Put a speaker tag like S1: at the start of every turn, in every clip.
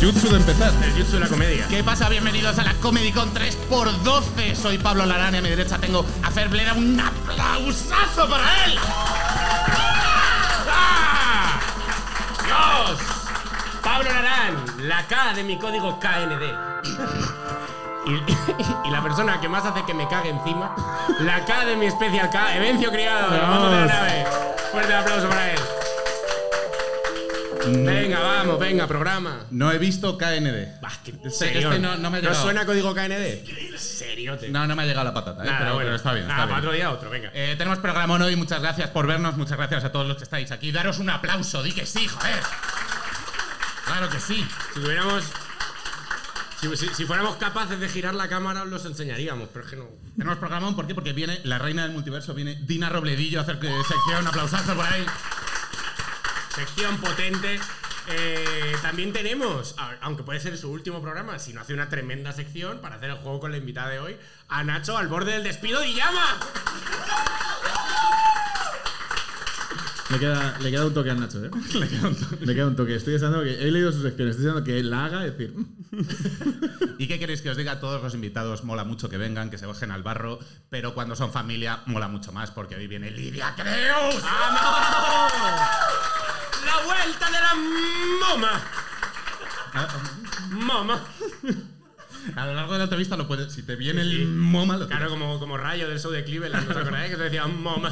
S1: jutsu de empezar.
S2: El jutsu de la comedia.
S3: ¿Qué pasa? Bienvenidos a la Comedy Con 3x12. Soy Pablo Larán y a mi derecha tengo a Fer Bleda. ¡Un aplausazo para él!
S2: ¡Ah! ¡Dios! Pablo Larán, la K de mi código KND. Y, y la persona que más hace que me cague encima, la K de mi especial K, Evencio Criado, de Vamos de la Nave. Fuerte aplauso para él.
S1: Mm.
S2: Venga, vamos, venga, programa.
S1: No he visto KND.
S2: Bah, qué
S1: Este-
S2: serión.
S1: este no- no me ha llegado.
S2: suena a código KND? Serio, te.
S1: No, no me ha llegado la patata, ¿eh?
S2: Nada,
S1: pero,
S2: bueno,
S1: pero está bien.
S2: Nada,
S1: Está
S2: para
S1: bien.
S2: otro día otro, venga.
S3: Eh, tenemos programa hoy. Muchas gracias por vernos. Muchas gracias a todos los que estáis aquí. Daros un aplauso. Di que sí, joder. Claro que sí.
S2: Si tuviéramos. Si, si- si fuéramos capaces de girar la cámara, os los enseñaríamos, pero es que no.
S3: Tenemos programón, ¿por qué? Porque viene la reina del multiverso, viene Dina Robledillo a hacer eh, sección, aplausazo por ahí.
S2: Sección potente. Eh, también tenemos, a- aunque puede ser su último programa, si no hace una tremenda sección para hacer el juego con la invitada de hoy, a Nacho al borde del despido y llama.
S4: Le queda, le queda un toque al Nacho, ¿eh?
S1: Le queda un toque.
S4: Le queda un toque. Estoy pensando que he leído sus secciones. Estoy pensando que él la haga y decir. "Mm".
S3: ¿Y qué queréis que os diga? Todos los invitados mola mucho que vengan, que se bajen al barro, pero cuando son familia mola mucho más, porque hoy viene Lidia Creus.
S2: ¡La vuelta de la moma!
S3: Ah.
S2: ¡Moma!
S3: A lo largo de la entrevista lo puedes, si te viene
S2: Sí, sí.
S3: el MoMA lo
S2: Claro, como, como rayo del show de Cleveland, ¿no os acordáis? Que se decía moma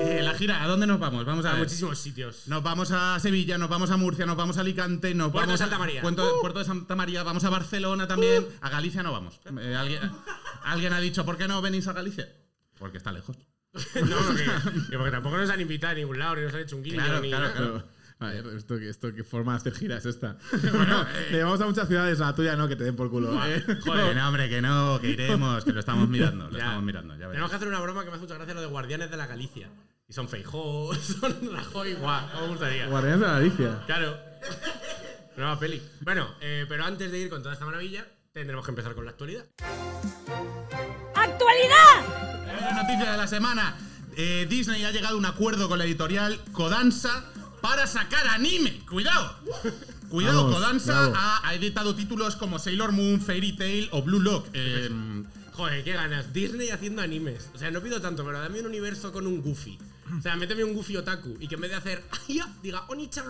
S3: Eh, la gira, ¿a dónde nos vamos? Vamos a,
S2: a
S3: ver.
S2: muchísimos sitios.
S3: Nos vamos a Sevilla, nos vamos a Murcia, nos vamos a Alicante, nos
S2: Puerto
S3: vamos
S2: de Santa
S3: a
S2: María.
S3: Puerto, Puerto de Santa María, vamos a Barcelona también, a Galicia no vamos. Eh, alguien, alguien ha dicho, ¿por qué no venís a Galicia? Porque está lejos.
S2: No, porque, que porque tampoco nos han invitado a ningún lado, ni nos han hecho un guiño,
S3: Claro,
S2: ni
S3: claro,
S2: nada.
S4: Pero, a ver, esto, que- esto qué forma de hacer gira es esta. Bueno, le llevamos a muchas ciudades, a la tuya no, que te den por culo. ¿eh?
S2: Joder,
S3: Que eh. no, hombre, que no, que iremos, que lo estamos mirando, lo
S2: Ya.
S3: estamos mirando, ya verás.
S2: Tenemos que hacer una broma que me hace mucha gracia lo de Guardianes de la Galicia. Y son Feijó, son Rajoy, guau, no me gustaría.
S4: Guardianes de la Galicia.
S2: Claro. Nueva peli. Bueno, eh, pero antes de ir con toda esta maravilla, tendremos que empezar con la actualidad.
S5: ¡Actualidad!
S3: La noticia de la semana. Eh, Disney ha llegado a un acuerdo con la editorial Kodansha para sacar anime. ¡Cuidado! Cuidado,
S4: Vamos,
S3: Kodansha
S4: bravo.
S3: ha, ha editado títulos como Sailor Moon, Fairy Tail o Blue Lock. Eh,
S2: Joder, qué ganas. Disney haciendo animes. O sea, no pido tanto, pero dame un universo con un Goofy. O sea, méteme un Goofy otaku y que en vez de hacer "Ay, ya", diga Oni-chan.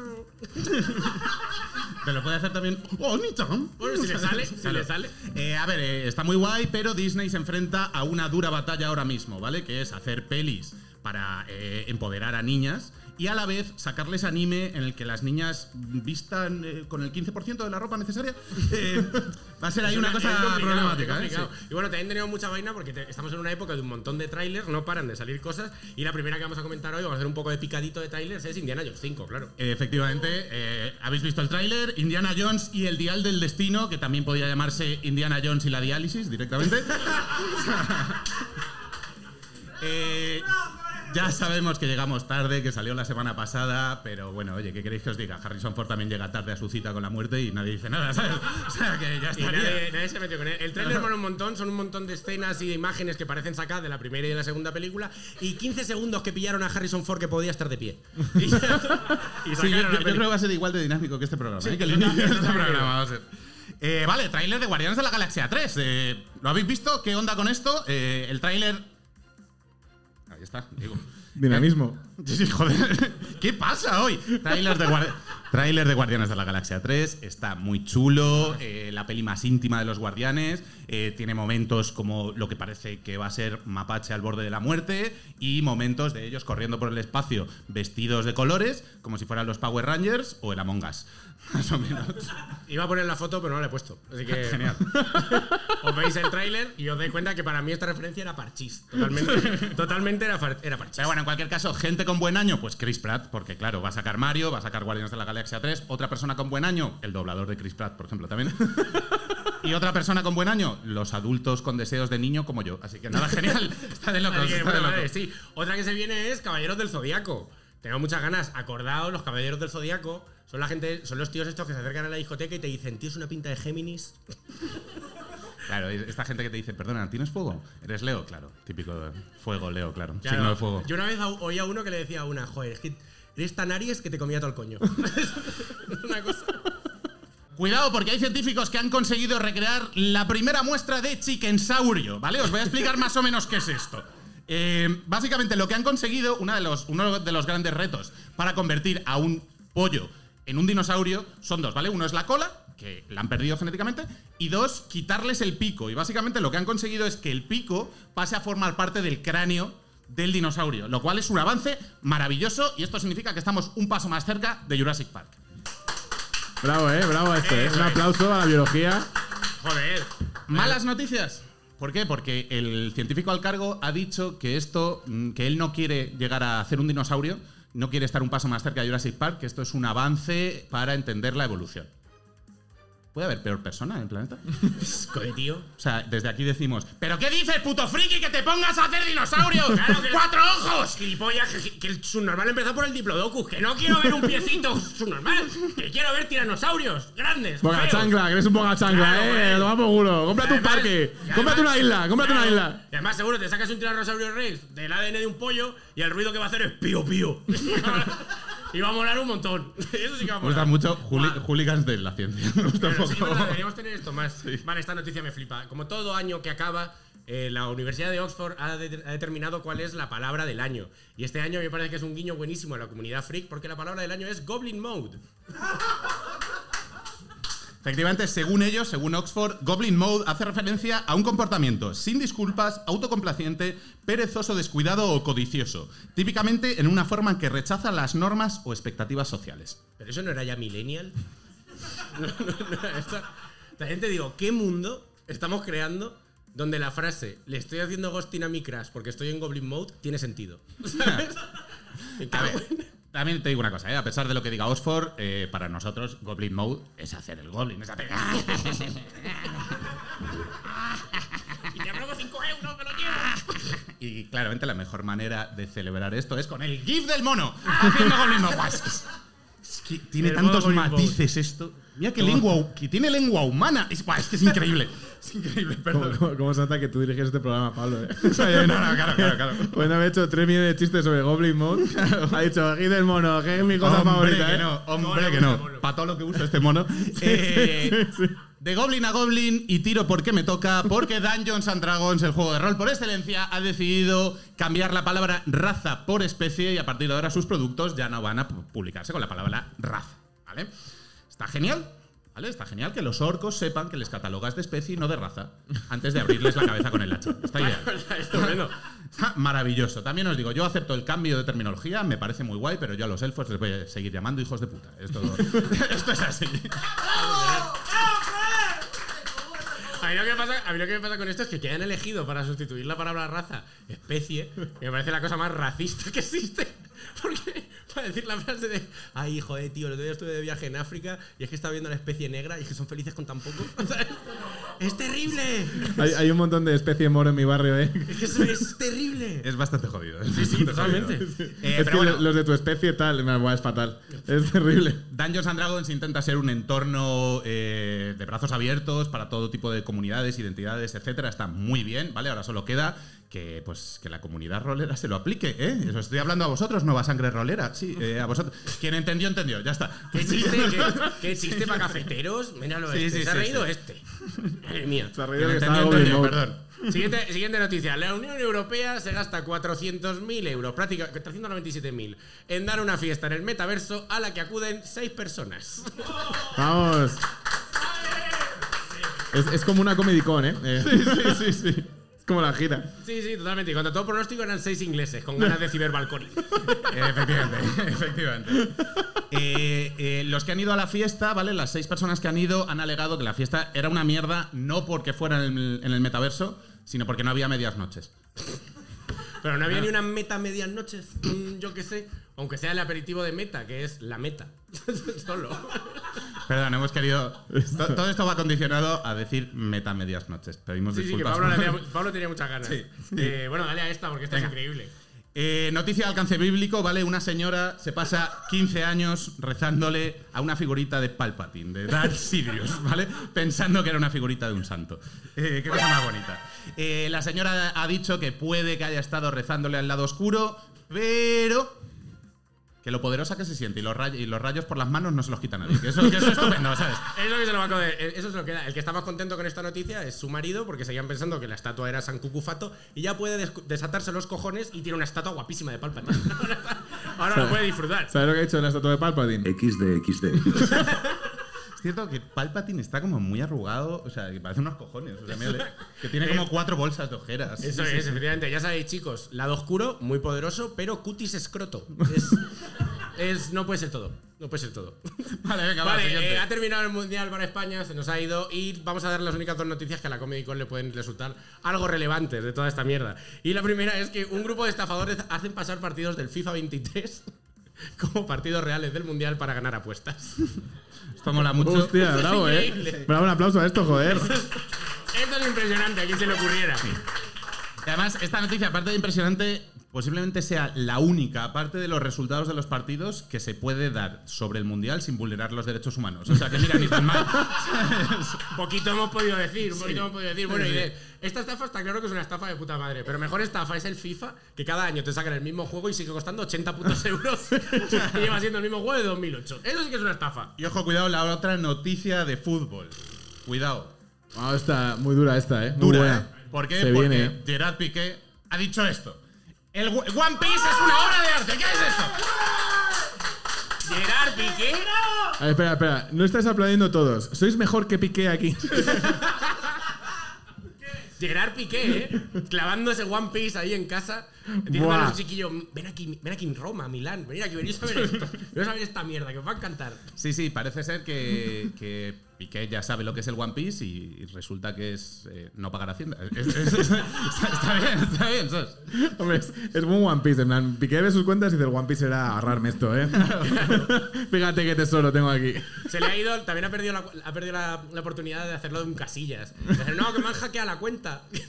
S3: pero lo puede hacer también. ¡Oh, Nichan!
S2: Bueno, si le sale, si le sale.
S3: Eh, a ver, eh, está muy guay, pero Disney se enfrenta a una dura batalla ahora mismo, ¿vale? Que es hacer pelis para eh, empoderar a niñas y a la vez sacarles anime en el que las niñas vistan eh, con el 15% de la ropa necesaria. Eh, va a ser ahí
S2: Es
S3: una
S2: es
S3: cosa
S2: complicado, es
S3: problemática, ¿eh?
S2: complicado.
S3: Sí.
S2: Y bueno, también tenemos mucha vaina porque te- estamos en una época de un montón de trailers, no paran de salir cosas. Y la primera que vamos a comentar hoy, vamos a hacer un poco de picadito de trailers, es Indiana Jones 5, claro.
S3: Eh, Efectivamente, eh, habéis visto el tráiler, Indiana Jones y el Dial del Destino, que también podía llamarse Indiana Jones y la diálisis directamente. Eh, ya sabemos que llegamos tarde, que salió la semana pasada, pero bueno, oye, ¿qué queréis que os diga? Harrison Ford también llega tarde a su cita con la muerte y nadie dice nada, ¿sabes? O sea, que ya
S2: Y
S3: estaría.
S2: nadie, nadie se metió con él. El trailer mola un montón, son un montón de escenas y de imágenes que parecen sacadas de la primera y de la segunda película. Y 15 segundos que pillaron a Harrison Ford que podía estar de pie. Y, y
S3: Sí, yo,
S2: sacaron la
S3: yo- yo
S2: peli.
S3: creo que va a ser igual de dinámico que este programa.
S2: Sí,
S3: ¿eh? Que el
S2: total,
S3: inicio de este
S2: totalmente.
S3: programa va a ser. Eh, vale, tráiler de Guardianes de la Galaxia 3. Eh, ¿Lo habéis visto? ¿Qué onda con esto? Eh, el tráiler... Ahí está, digo.
S4: Dinamismo.
S3: Sí, sí, joder. ¿Qué pasa hoy? Tráiler de, Guardi- tráiler de Guardianes de la Galaxia 3. Está muy chulo. eh, la peli más íntima de los Guardianes. eh, tiene momentos como lo que parece que va a ser Mapache al borde de la muerte. Y momentos de ellos corriendo por el espacio vestidos de colores, como si fueran los Power Rangers o el Among Us. Más o menos.
S2: Iba a poner la foto, pero no la he puesto. Así que. Genial. Os veis el tráiler y os dais cuenta que para mí esta referencia era parchís. Totalmente, totalmente era, far- era parchís.
S3: Pero bueno, en cualquier caso, gente con buen año, pues Chris Pratt, porque claro, va a sacar Mario, va a sacar Guardianes de la Galaxia 3. Otra persona con buen año, el doblador de Chris Pratt, por ejemplo, también. y otra persona con buen año, los adultos con deseos de niño como yo. Así que nada, genial. Está de locos,
S2: Así que,
S3: está de
S2: bueno,
S3: locos.
S2: vale, sí. Otra que se viene es Caballeros del Zodíaco. Tengo muchas ganas. Acordaos, los Caballeros del Zodíaco son la gente, son los tíos estos que se acercan a la discoteca y te dicen, ¿tienes una pinta de Géminis?
S3: Claro, es- esta gente que te dice, perdona, ¿tienes fuego? ¿Eres Leo? Claro, típico de fuego, Leo, claro.
S2: Claro,
S3: Signo de fuego.
S2: Yo una vez au- oí a uno que le decía a una, joder, es que eres tan Aries que te comía todo el coño. es una cosa.
S3: Cuidado, porque hay científicos que han conseguido recrear la primera muestra de chiquensaurio, ¿vale? Os voy a explicar más o menos qué es esto. Eh, básicamente, lo que han conseguido, una de los- uno de los grandes retos para convertir a un pollo en un dinosaurio son dos, ¿vale? Uno es la cola, que la han perdido genéticamente, y dos, quitarles el pico. Y básicamente lo que han conseguido es que el pico pase a formar parte del cráneo del dinosaurio, lo cual es un avance maravilloso y esto significa que estamos un paso más cerca de Jurassic Park.
S4: Bravo, eh, bravo esto. eh. Un aplauso a la biología.
S2: Joder.
S3: Malas noticias. ¿Por qué? Porque el científico al cargo ha dicho que esto, mm, que él no quiere llegar a hacer un dinosaurio, no quiere estar un paso más cerca de Jurassic Park, que esto es un avance para entender la evolución. ¿Puede haber peor persona en el planeta?
S2: Coño, tío.
S3: O sea, desde aquí decimos, ¿pero qué dices, puto friki, que te pongas a hacer dinosaurios?
S2: Claro que-
S3: ¡Cuatro ojos!
S2: Gilipollas, que, que el subnormal empezó por el Diplodocus. Que no quiero ver un piecito subnormal. Que quiero ver tiranosaurios grandes.
S4: Boga
S2: feos.
S4: chancla, que eres un boga chancla,
S2: Claro,
S4: eh.
S2: eh.
S4: Lo vamos culo.
S2: Y
S4: Cómprate un
S2: además-
S4: parque.
S2: y además-
S4: Cómprate una isla. Cómprate una
S2: claro.
S4: isla.
S2: Y además, seguro te sacas un tiranosaurio rex del ADN de un pollo y el ruido que va a hacer es pío pío. y va a molar un montón. Eso sí que va a
S3: Me
S2: molar.
S3: gusta mucho Juli-
S2: Vale.
S3: hooligans de la ciencia. Me gusta un
S2: Pero sí,
S3: poco.
S2: verdad, deberíamos tener esto más. Vale, esta noticia me flipa. Como todo año que acaba, eh, la Universidad de Oxford ha, de- ha determinado cuál es la palabra del año. Y este año me parece que es un guiño buenísimo a la comunidad freak porque la palabra del año es Goblin Mode.
S3: Efectivamente, según ellos, según Oxford, Goblin Mode hace referencia a un comportamiento sin disculpas, autocomplaciente, perezoso, descuidado o codicioso, típicamente en una forma que rechaza las normas o expectativas sociales.
S2: Pero eso no era ya millennial. No, no, no era esta. También te digo, ¿qué mundo estamos creando donde la frase le estoy haciendo ghosting a mi crush porque estoy en Goblin Mode tiene sentido? ¿Sabes? Me
S3: A
S2: cago
S3: ver,
S2: en-
S3: también te digo una cosa, ¿eh? a pesar de lo que diga Oxford, eh, para nosotros Goblin Mode es hacer el Goblin, es hacer... ¡Ah!
S2: Y te robo 5 euros, me lo llevo.
S3: Y claramente la mejor manera de celebrar esto es con el GIF del mono haciendo Goblin Mode. Guau, es que- es que tiene
S2: El
S3: tantos
S2: Goblin Mode.
S3: matices esto. Mira que lengua, que tiene lengua humana. Es, guau, es que es increíble. Es increíble,
S4: ¿Cómo,
S3: perdón.
S4: cómo, cómo se nota que tú diriges este programa, Pablo? Eh?
S3: No, no, claro, claro, claro.
S4: Cuando me he hecho tres millones de chistes sobre Goblin Mode, ha dicho, Hit del mono, que es mi cosa
S3: hombre
S4: favorita.
S3: que
S4: eh".
S3: no, hombre
S2: Mono,
S3: que no.
S2: mono.
S3: Para todo lo que uso este mono. Eh,
S4: sí, sí.
S3: De Goblin a Goblin y tiro porque me toca, porque Dungeons and Dragons, el juego de rol por excelencia, ha decidido cambiar la palabra raza por especie y a partir de ahora sus productos ya no van a pu- publicarse con la palabra raza, ¿vale? Está genial, ¿vale? Está genial que los orcos sepan que les catalogas de especie y no de raza antes de abrirles la cabeza con el hacha. Está ideal.
S2: Estupendo.
S3: Está Maravilloso. También os digo, yo acepto el cambio de terminología, me parece muy guay, pero yo a los elfos les voy a seguir llamando hijos de puta. Esto, esto es así.
S2: A mí, lo que me pasa, a mí lo que me pasa con esto es que quien han elegido para sustituir la palabra raza, especie, me parece la cosa más racista que existe. Porque para decir la frase de, ay, hijo de tío, el otro día estuve de viaje en África y es que estaba viendo la especie negra y es que son felices con tan poco. O sea, es terrible.
S4: Hay, hay un montón de especie moro en mi barrio, ¿eh?
S2: Es que es, es terrible.
S3: Es bastante jodido. es
S2: Sí, sí,
S3: bastante jodido.
S2: totalmente.
S4: es
S3: Eh, pero
S4: que
S3: bueno,
S4: lo- los de tu especie tal, me- buah, es fatal. Es terrible.
S3: Dungeons and Dragons intenta ser un entorno eh, de brazos abiertos para todo tipo de comunidades, identidades, etcétera. Está muy bien, ¿vale? Ahora solo queda que, pues, que la comunidad rolera se lo aplique, ¿eh? Eso estoy hablando a vosotros, nueva sangre rolera. Sí, eh, a vosotros. Quien entendió, entendió. Ya está.
S2: ¿Qué chiste, qué, qué chiste para cafeteros? Míralo
S3: Sí,
S2: este.
S3: sí,
S2: Se ha
S3: sí,
S2: reído
S3: sí.
S2: este. Madre mía.
S4: Se ha reído
S3: Quien
S4: que estaba Goblin
S3: entendió, entendió,
S4: Mode.
S3: perdón.
S2: Siguiente, siguiente noticia. La Unión Europea se gasta 400.000 euros, prácticamente 397.000, en dar una fiesta en el metaverso a la que acuden seis personas.
S4: Vamos. Es, es como una Comedy Con, ¿eh? Eh,
S3: Sí, sí, sí.
S4: Es como la gira.
S2: Sí, sí, totalmente. Y contra todo pronóstico eran seis ingleses con ganas de ciberbalcón.
S3: Efectivamente, efectivamente. Eh, eh, los que han ido a la fiesta, ¿vale? Las seis personas que han ido han alegado que la fiesta era una mierda no porque fuera en el, en el metaverso, sino porque no había medias noches.
S2: Pero no había ni una meta a medias noches, Mm, yo qué sé. Aunque sea el aperitivo de meta, que es la meta. Solo.
S3: Perdón, hemos querido. to- todo esto va condicionado a decir meta medias noches. Pedimos
S2: Sí, sí, que
S3: disculpas.
S2: Pablo, le tenía, Pablo tenía muchas ganas.
S3: Sí, sí.
S2: Eh, bueno, dale a esta porque esta
S3: Venga.
S2: es increíble.
S3: Eh, noticia de alcance bíblico, ¿vale? Una señora se pasa 15 años rezándole a una figurita de Palpatine, de Darth Sidious, ¿vale? Pensando que era una figurita de un santo. Eh, qué cosa más bonita. Eh, la señora ha dicho que puede que haya estado rezándole al lado oscuro, pero que lo poderosa que se siente y los, ray- y los rayos por las manos no se los quita nadie. Que eso, que eso es estupendo, ¿sabes?
S2: Es lo que se lo va a comer. Eso es lo que da. El que está más contento con esta noticia es su marido, porque seguían pensando que la estatua era San Cucufato y ya puede des- desatarse los cojones y tiene una estatua guapísima de Palpatine. Ahora lo puede disfrutar.
S4: ¿Sabes lo que ha hecho en la estatua de Palpatine?
S5: XD, XD.
S3: Es cierto que Palpatine está como muy arrugado, o sea, que parece unos cojones. o sea, mírale, que tiene como cuatro bolsas de ojeras.
S2: Eh, Eso es, efectivamente. Ya sabéis, chicos, lado oscuro, muy poderoso, pero cutis escroto. Es, es- no puede ser todo. No puede ser todo.
S3: Vale, venga, va,
S2: Vale,
S3: siguiente.
S2: eh, ha terminado el Mundial para España, se nos ha ido y vamos a dar las únicas dos noticias que a la Comedy Con le pueden resultar algo relevantes de toda esta mierda. Y la primera es que un grupo de estafadores hacen pasar partidos del FIFA 23 como partidos reales del Mundial para ganar apuestas.
S3: Esto mola mucho.
S4: Hostia,
S2: es
S4: bravo, eh.
S2: increíble.
S4: Bravo, un aplauso a esto, joder.
S2: Esto es impresionante, a quién se le ocurriera.
S3: Y además, esta noticia, aparte de impresionante, posiblemente sea la única, aparte de los resultados de los partidos, que se puede dar sobre el Mundial sin vulnerar los derechos humanos. O sea, que mira, ni tan mal.
S2: Poquito hemos podido decir, un poquito hemos podido decir. Bueno, y de- esta estafa está claro que es una estafa de puta madre, pero mejor estafa es el FIFA, que cada año te sacan el mismo juego y sigue costando 80 putos euros. y lleva siendo el mismo juego de 2008. Eso sí que es una estafa.
S3: Y ojo, cuidado, la otra noticia de fútbol. Cuidado.
S4: Ah, está muy dura esta, eh. Muy
S3: Dura,
S4: buena.
S3: ¿eh? ¿Por qué?
S4: Se
S3: Porque
S4: viene. eh.
S3: Gerard Piqué ha dicho esto. El Wo- One Piece es una obra de arte. ¿Qué es esto?
S2: Gerard Piqué.
S4: A ver, espera, espera. No estáis aplaudiendo todos. Sois mejor que Piqué aquí.
S2: Gerard Piqué, ¿eh? clavando ese One Piece ahí en casa. Diciendo
S4: Buah.
S2: a los chiquillos, ven aquí, ven aquí en Roma, Milán, venid aquí, venid a ver esto. Venid a ver esta mierda, que os va a encantar.
S3: Sí, sí, parece ser que, que Piqué ya sabe lo que es el One Piece y, y resulta que es eh, no pagar Hacienda. Es- es- es- está, está bien, está bien. ¿sabes?
S4: Hombre, es, es muy One Piece. En plan, Piqué ve sus cuentas y dice: el One Piece era agarrarme esto, eh. Fíjate qué tesoro tengo aquí.
S2: Se le ha ido, también ha perdido la, ha perdido la, la oportunidad de hacerlo de un casillas. De hacer, no, que me han hackeado la cuenta. Que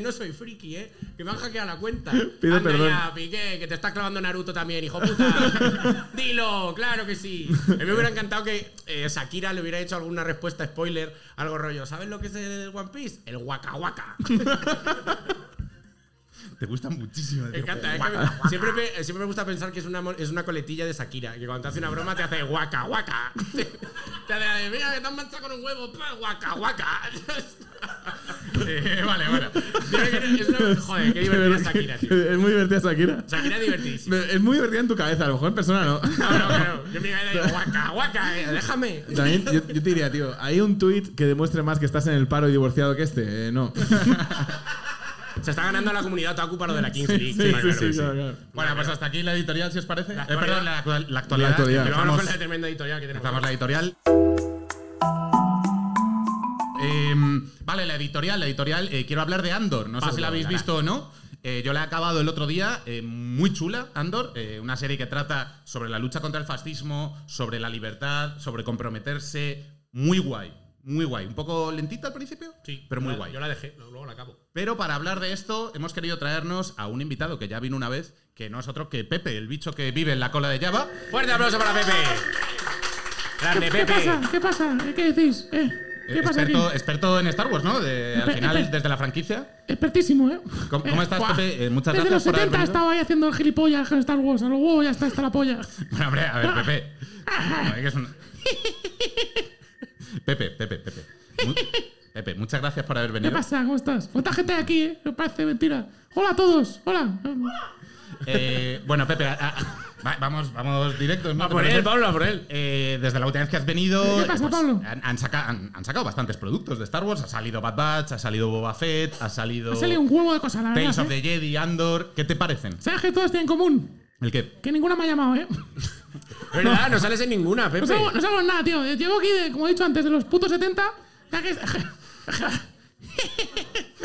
S2: no, que no soy friki, ¿eh? Que me han hackeado la cuenta.
S4: Pido
S2: Anda
S4: perdón.
S2: ya, Piqué, que te estás clavando Naruto también, hijo puta. Dilo, claro que sí. A mí me hubiera encantado que eh, Shakira le hubiera hecho alguna respuesta spoiler, algo rollo. ¿Sabes lo que es el One Piece? El waka waka.
S3: Te gusta muchísimo.
S2: Me
S3: decir,
S2: encanta, ¿eh? siempre, me, siempre me gusta pensar que es una, mo- es una coletilla de Shakira, que cuando te hace una broma te hace guaca, guaca. Te, te hace, la de, mira, que te han manchado con un huevo, pa, guaca, guaca.
S3: Eh, vale, bueno.
S2: Pero que no- es una- joder, qué divertida es Shakira, tío.
S4: Es muy divertida Shakira.
S2: Shakira es divertidísima.
S4: Pero Es muy divertida en tu cabeza, a lo mejor en persona no.
S2: Claro, claro. Yo me iba a decir, guaca, guaca, eh, déjame.
S4: También, yo, yo te diría, tío, ¿hay un tuit que demuestre más que estás en el paro y divorciado que este? Eh, no.
S2: Se está ganando la comunidad Otaku para lo de la Kings League.
S4: Sí,
S2: Claro,
S4: sí,
S2: claro.
S4: sí, claro, claro.
S3: Bueno, pues hasta aquí la editorial, si os parece.
S2: La
S3: Eh, perdón, la, actual- la actualidad.
S4: La actualidad.
S2: Pero vamos
S3: Empezamos,
S2: con la tremenda editorial que tenemos.
S3: empezamos la editorial. Eh, vale, la editorial, la editorial. eh, quiero hablar de Andor. No sé
S2: Pablo
S3: si la habéis
S2: Larraín.
S3: visto o no. Eh, yo la he acabado el otro día, eh, muy chula, Andor, eh, una serie que trata sobre la lucha contra el fascismo, sobre la libertad, sobre comprometerse, muy guay, muy guay. Un poco lentita al principio,
S2: Sí,
S3: pero muy
S2: yo la-
S3: guay.
S2: Yo la dejé, luego luego la acabo.
S3: Pero para hablar de esto, hemos querido traernos a un invitado que ya vino una vez, que no es otro que Pepe, el bicho que vive en la cola de Java.
S2: Fuerte aplauso para Pepe. Grande, Pepe.
S6: ¿Qué pasa? ¿Qué decís? Eh, ¿Qué
S3: Eh,
S6: pasa aquí?
S3: experto, experto en Star Wars, ¿no? De- al
S6: Espe-
S3: final,
S6: espe-
S3: desde la franquicia.
S6: Expertísimo, ¿eh?
S3: ¿Cómo, cómo estás,
S6: Buah.
S3: Pepe? Eh, muchas
S6: Desde
S3: gracias
S6: los
S3: por haber
S6: 70
S3: venido.
S6: estaba ahí haciendo el gilipollas con Star Wars. A lo huevo, ya está, está la polla.
S3: Bueno, hombre, a ver, Pepe. Ay, que es un- Pepe, Pepe, Pepe. Mu- Pepe, muchas gracias por haber
S6: ¿Qué
S3: venido.
S6: pasa? ¿Cómo estás? ¿Cuánta gente hay aquí, eh? Me parece mentira. Hola a todos. Hola.
S3: Eh, bueno, Pepe, a- a- va- vamos, vamos directos. ¿no?
S2: Va
S3: ¿Te
S2: por
S3: parece?
S2: él, Pablo, va por él.
S3: Eh, desde la última vez que has venido.
S6: ¿Qué
S3: eh,
S6: pasa, Pablo?
S3: Han, han saca- han- han sacado bastantes productos de Star Wars. Ha salido Bad Batch, ha salido Boba Fett, ha salido.
S6: Ha salido un huevo de cosas, la
S3: Tales
S6: verdad.
S3: of
S6: ¿eh?
S3: the Jedi, Andor. ¿Qué te parecen?
S6: ¿Sabes qué todos tienen en común?
S3: ¿El qué?
S6: Que ninguna me ha llamado, ¿eh?
S2: ¿Verdad? No sales en ninguna, Pepe.
S6: No salgo, no salgo en nada, tío. Llevo aquí, de- como he dicho antes, de los putos 70. Ya que. Que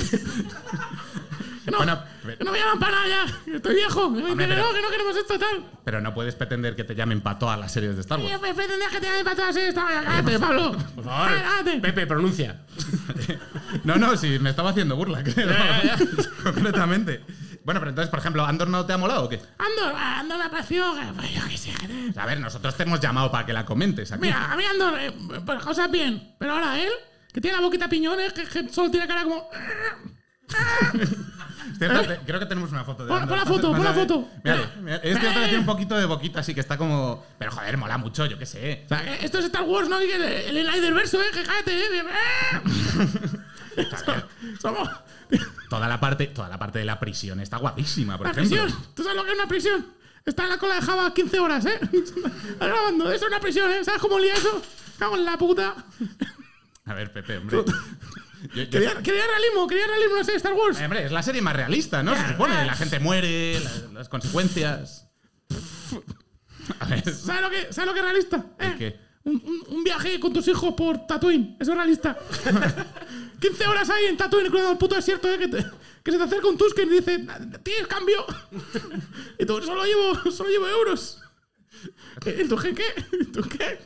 S6: no,
S3: Bueno, pero-
S6: que no me llaman para nada ya. que Estoy viejo. Que,
S3: Hombre,
S6: que
S3: pero-
S6: no, que no queremos esto, tal.
S3: Pero no puedes pretender que te llamen para todas las series de Star
S6: Yo
S3: Wars.
S6: pre- pretendía pues, que te llamen para todas estas. Cállate, Pablo. Por
S2: favor.
S6: ah,
S2: Pepe, pronuncia.
S3: No, no, sí, me estaba haciendo burla. creo. Concretamente. Bueno, pero entonces, por ejemplo, ¿Andor no te ha molado o qué?
S6: Andor, ah, Andor me ha parecido. eh, pues Yo qué sé. eh.
S3: A ver, nosotros te hemos llamado para que la comentes aquí.
S6: Mira, a mí Andor, eh, pues cosas bien. Pero ahora él, que tiene la boquita piñones, que, que solo tiene cara como. eh,
S3: Es cierto, te- creo que tenemos una foto de
S6: Pon-
S3: Andor.
S6: pon la foto, pon la
S3: Más a-
S6: foto.
S3: Mira, mira, es cierto que
S6: Eh.
S3: tiene un poquito de boquita, así que está como. Pero joder, mola mucho, yo qué sé.
S6: O sea, que esto es Star Wars, ¿no? Y que El, el Snyder verso, ¿eh? Que cállate, ¿eh? Eh. Somos.
S3: Toda la parte, toda la parte de la prisión está guapísima, por
S6: La
S3: ejemplo.
S6: prisión. ¿Tú sabes lo que es una prisión? Está en la cola de Java 15 horas, ¿eh? Está grabando. Eso es una prisión, ¿eh? ¿Sabes cómo lía eso? Cago en la puta.
S3: A ver, Pepe, hombre. Yo- yo-
S6: Quería, quería realismo, quería realismo, no sé, Star Wars.
S3: Eh, Hombre, es la serie más realista, ¿no? Se supone, la gente muere, la- las consecuencias. A ver,
S6: ¿Sabes lo que, sabes lo que es realista? ¿Eh?
S3: qué?
S6: Un, un- un viaje con tus hijos por Tatooine. Eso es realista. 15 horas ahí en Tatooine, cruzando el puto desierto, ¿eh? Que, te- que se te acerca un Tusken y dice, tienes cambio. y tú, solo llevo, solo llevo euros. Eh, ¿El Tusken qué? ¿El Tusken qué?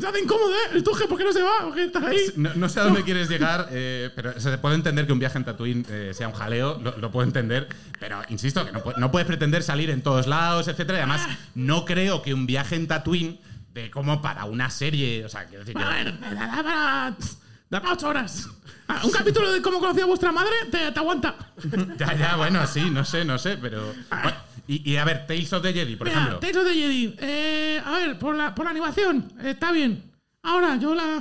S6: Se hace incómodo, ¿eh? ¿El Tusken por qué no se va? ¿Por qué está ahí?
S3: no, no sé a dónde quieres llegar, eh, pero se puede entender que un viaje en Tatooine eh, sea un jaleo, lo, lo puedo entender, pero insisto, que no, pu- no puedes pretender salir en todos lados, etcétera. Y además,
S6: Ah.
S3: no creo que un viaje en Tatooine de como para una serie, o sea, quiero decir que-
S6: A ver, da da para... Da para 8 horas. Ah, un capítulo de cómo conocí a vuestra madre te, te aguanta.
S3: Ya, ya, bueno, sí, no sé, no sé, pero... bueno, y, y a ver, Tales of the Jedi, por
S6: Ah. Mira,
S3: ejemplo.
S6: Tales of the Jedi. Eh, a ver, por la, por la animación, eh, está bien. Ahora, yo la.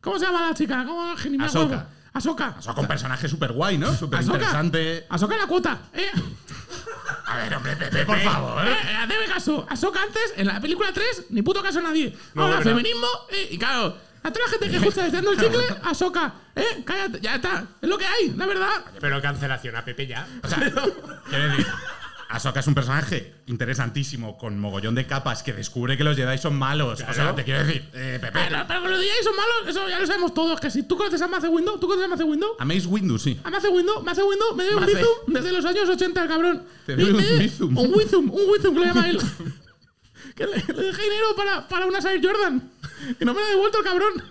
S6: ¿Cómo se llama la chica? ¿Cómo que ni me acuerdo.
S3: Ahsoka.
S6: Ahsoka.
S3: Son con personaje súper guay, ¿no? Súper
S6: Ahsoka.
S3: interesante.
S6: Ahsoka la cuota, ¿eh?
S3: A ver, hombre, Pepe, por favor.
S6: Eh, eh, Hazme caso. Ahsoca antes, en la película 3, ni puto caso a nadie. Ahora,
S2: bueno.
S6: feminismo, eh, y claro. A toda la gente que escucha deseando el chicle, Ahsoka. ¿Eh? Cállate, ya está. Es lo que hay, la verdad.
S2: Pero cancelación a Pepe ya.
S3: O sea, quiero decir, Ahsoka es un personaje interesantísimo, con mogollón de capas, que descubre que los Jedi son malos. O sea,
S2: Claro.
S3: te quiero decir, eh,
S6: Eh,
S3: Pepe.
S6: no, pero que los DJs son malos, eso ya lo sabemos todos. Que si tú conoces a Mace Window, ¿tú conoces a Mace Window?
S3: Amaze Windu, sí.
S6: Ah, me hace Windows, me hace Windows, me debe un
S3: Mace.
S6: Bizum desde los años 80, el cabrón.
S3: Te
S6: Me
S3: debe un
S6: debe
S3: Bizum.
S6: Un Wizum, un Wizum que le llama él. que le, le dejé dinero para, para una Air Jordan. Y no me lo ha devuelto el cabrón.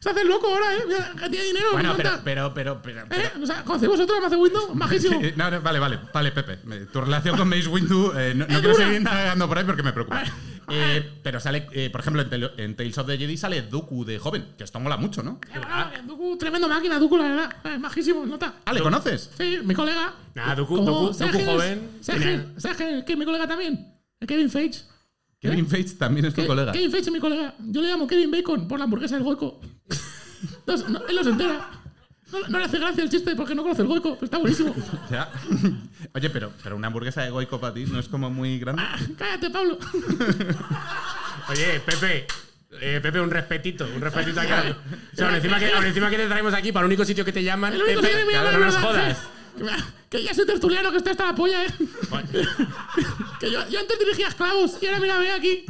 S6: Se hace el loco ahora, ¿eh? Mira, que tiene dinero,
S3: Bueno,
S6: me
S3: pero,
S6: encanta.
S3: pero, pero, pero... pero-
S6: ¿Eh? O sea, ¿conocéis vosotros a Mace Windows? Majísimo.
S3: Eh, no, no, vale, vale, vale, Pepe. Me- Tu relación con Mace Windu, eh, no, no
S6: Es
S3: quiero
S6: dura.
S3: seguir navegando por ahí porque me preocupa.
S6: Ay.
S3: Eh, pero sale, eh, por ejemplo, en, Tel- en Tales of the Jedi sale Dooku de joven, que esto mola mucho, ¿no?
S6: Eh, bueno, que Dooku, tremendo máquina, Dooku, la verdad. Es majísimo, nota.
S3: Ah, ¿le conoces?
S6: Sí, mi colega.
S2: Nada, Doku,
S6: Como
S2: Doku,
S6: Sergio-
S2: joven.
S6: Sergio, Sergio, que mi colega también. El Kevin Feige.
S2: ¿Eh?
S3: Kevin Feige también es tu
S6: Ke-
S3: colega.
S6: Kevin Feige es mi colega. Yo le llamo Kevin Bacon por la hamburguesa del Goico. No, no, él no se entera. No, no le hace gracia el chiste porque no conoce el Goico, pero está buenísimo.
S3: O sea, Oye, pero, pero una hamburguesa de Goico para ti no es como muy grande.
S6: Ah, Cállate, Pablo.
S2: Oye, Pepe. eh, Pepe, un respetito, un respetito aquí. O sea, aún encima, que, aún encima que te traemos aquí para el único sitio que te llaman.
S6: El único que
S2: Pepe,
S6: tiene miedo,
S2: Eh, no
S6: la
S2: nos
S6: verdad, ¿eh?
S2: jodas.
S6: Que, que ya soy tertuliano, que está hasta la polla, eh. que yo, yo antes dirigía esclavos y ahora mira, ve aquí.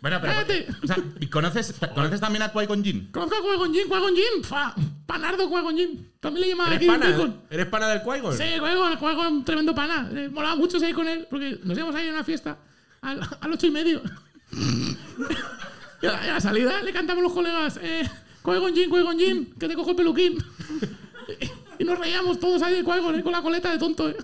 S3: Bueno, pero.
S6: Cállate.
S3: O sea, ¿y conoces, conoces también a Qui-Gon Jinn?
S6: Conozco a Cuegon Jin, Cuegon Jin. fa, Panardo Cuegon Jin. También le llamaba
S2: ¿Eres
S6: Kevin
S2: pana?
S6: Bacon.
S2: ¿Eres pana del Qui-Gon?
S6: Sí, Cuegon, Cuegon, tremendo pana. Eh, molaba mucho salir con él porque nos íbamos a ir a una fiesta al, al ocho y medio. y, a, la- y a la salida le cantamos los colegas, eh, Cuegon Jin, Cuegon Jin, que te cojo el peluquín. y nos reíamos todos ahí de Cuegon, eh, con la coleta de tonto. eh.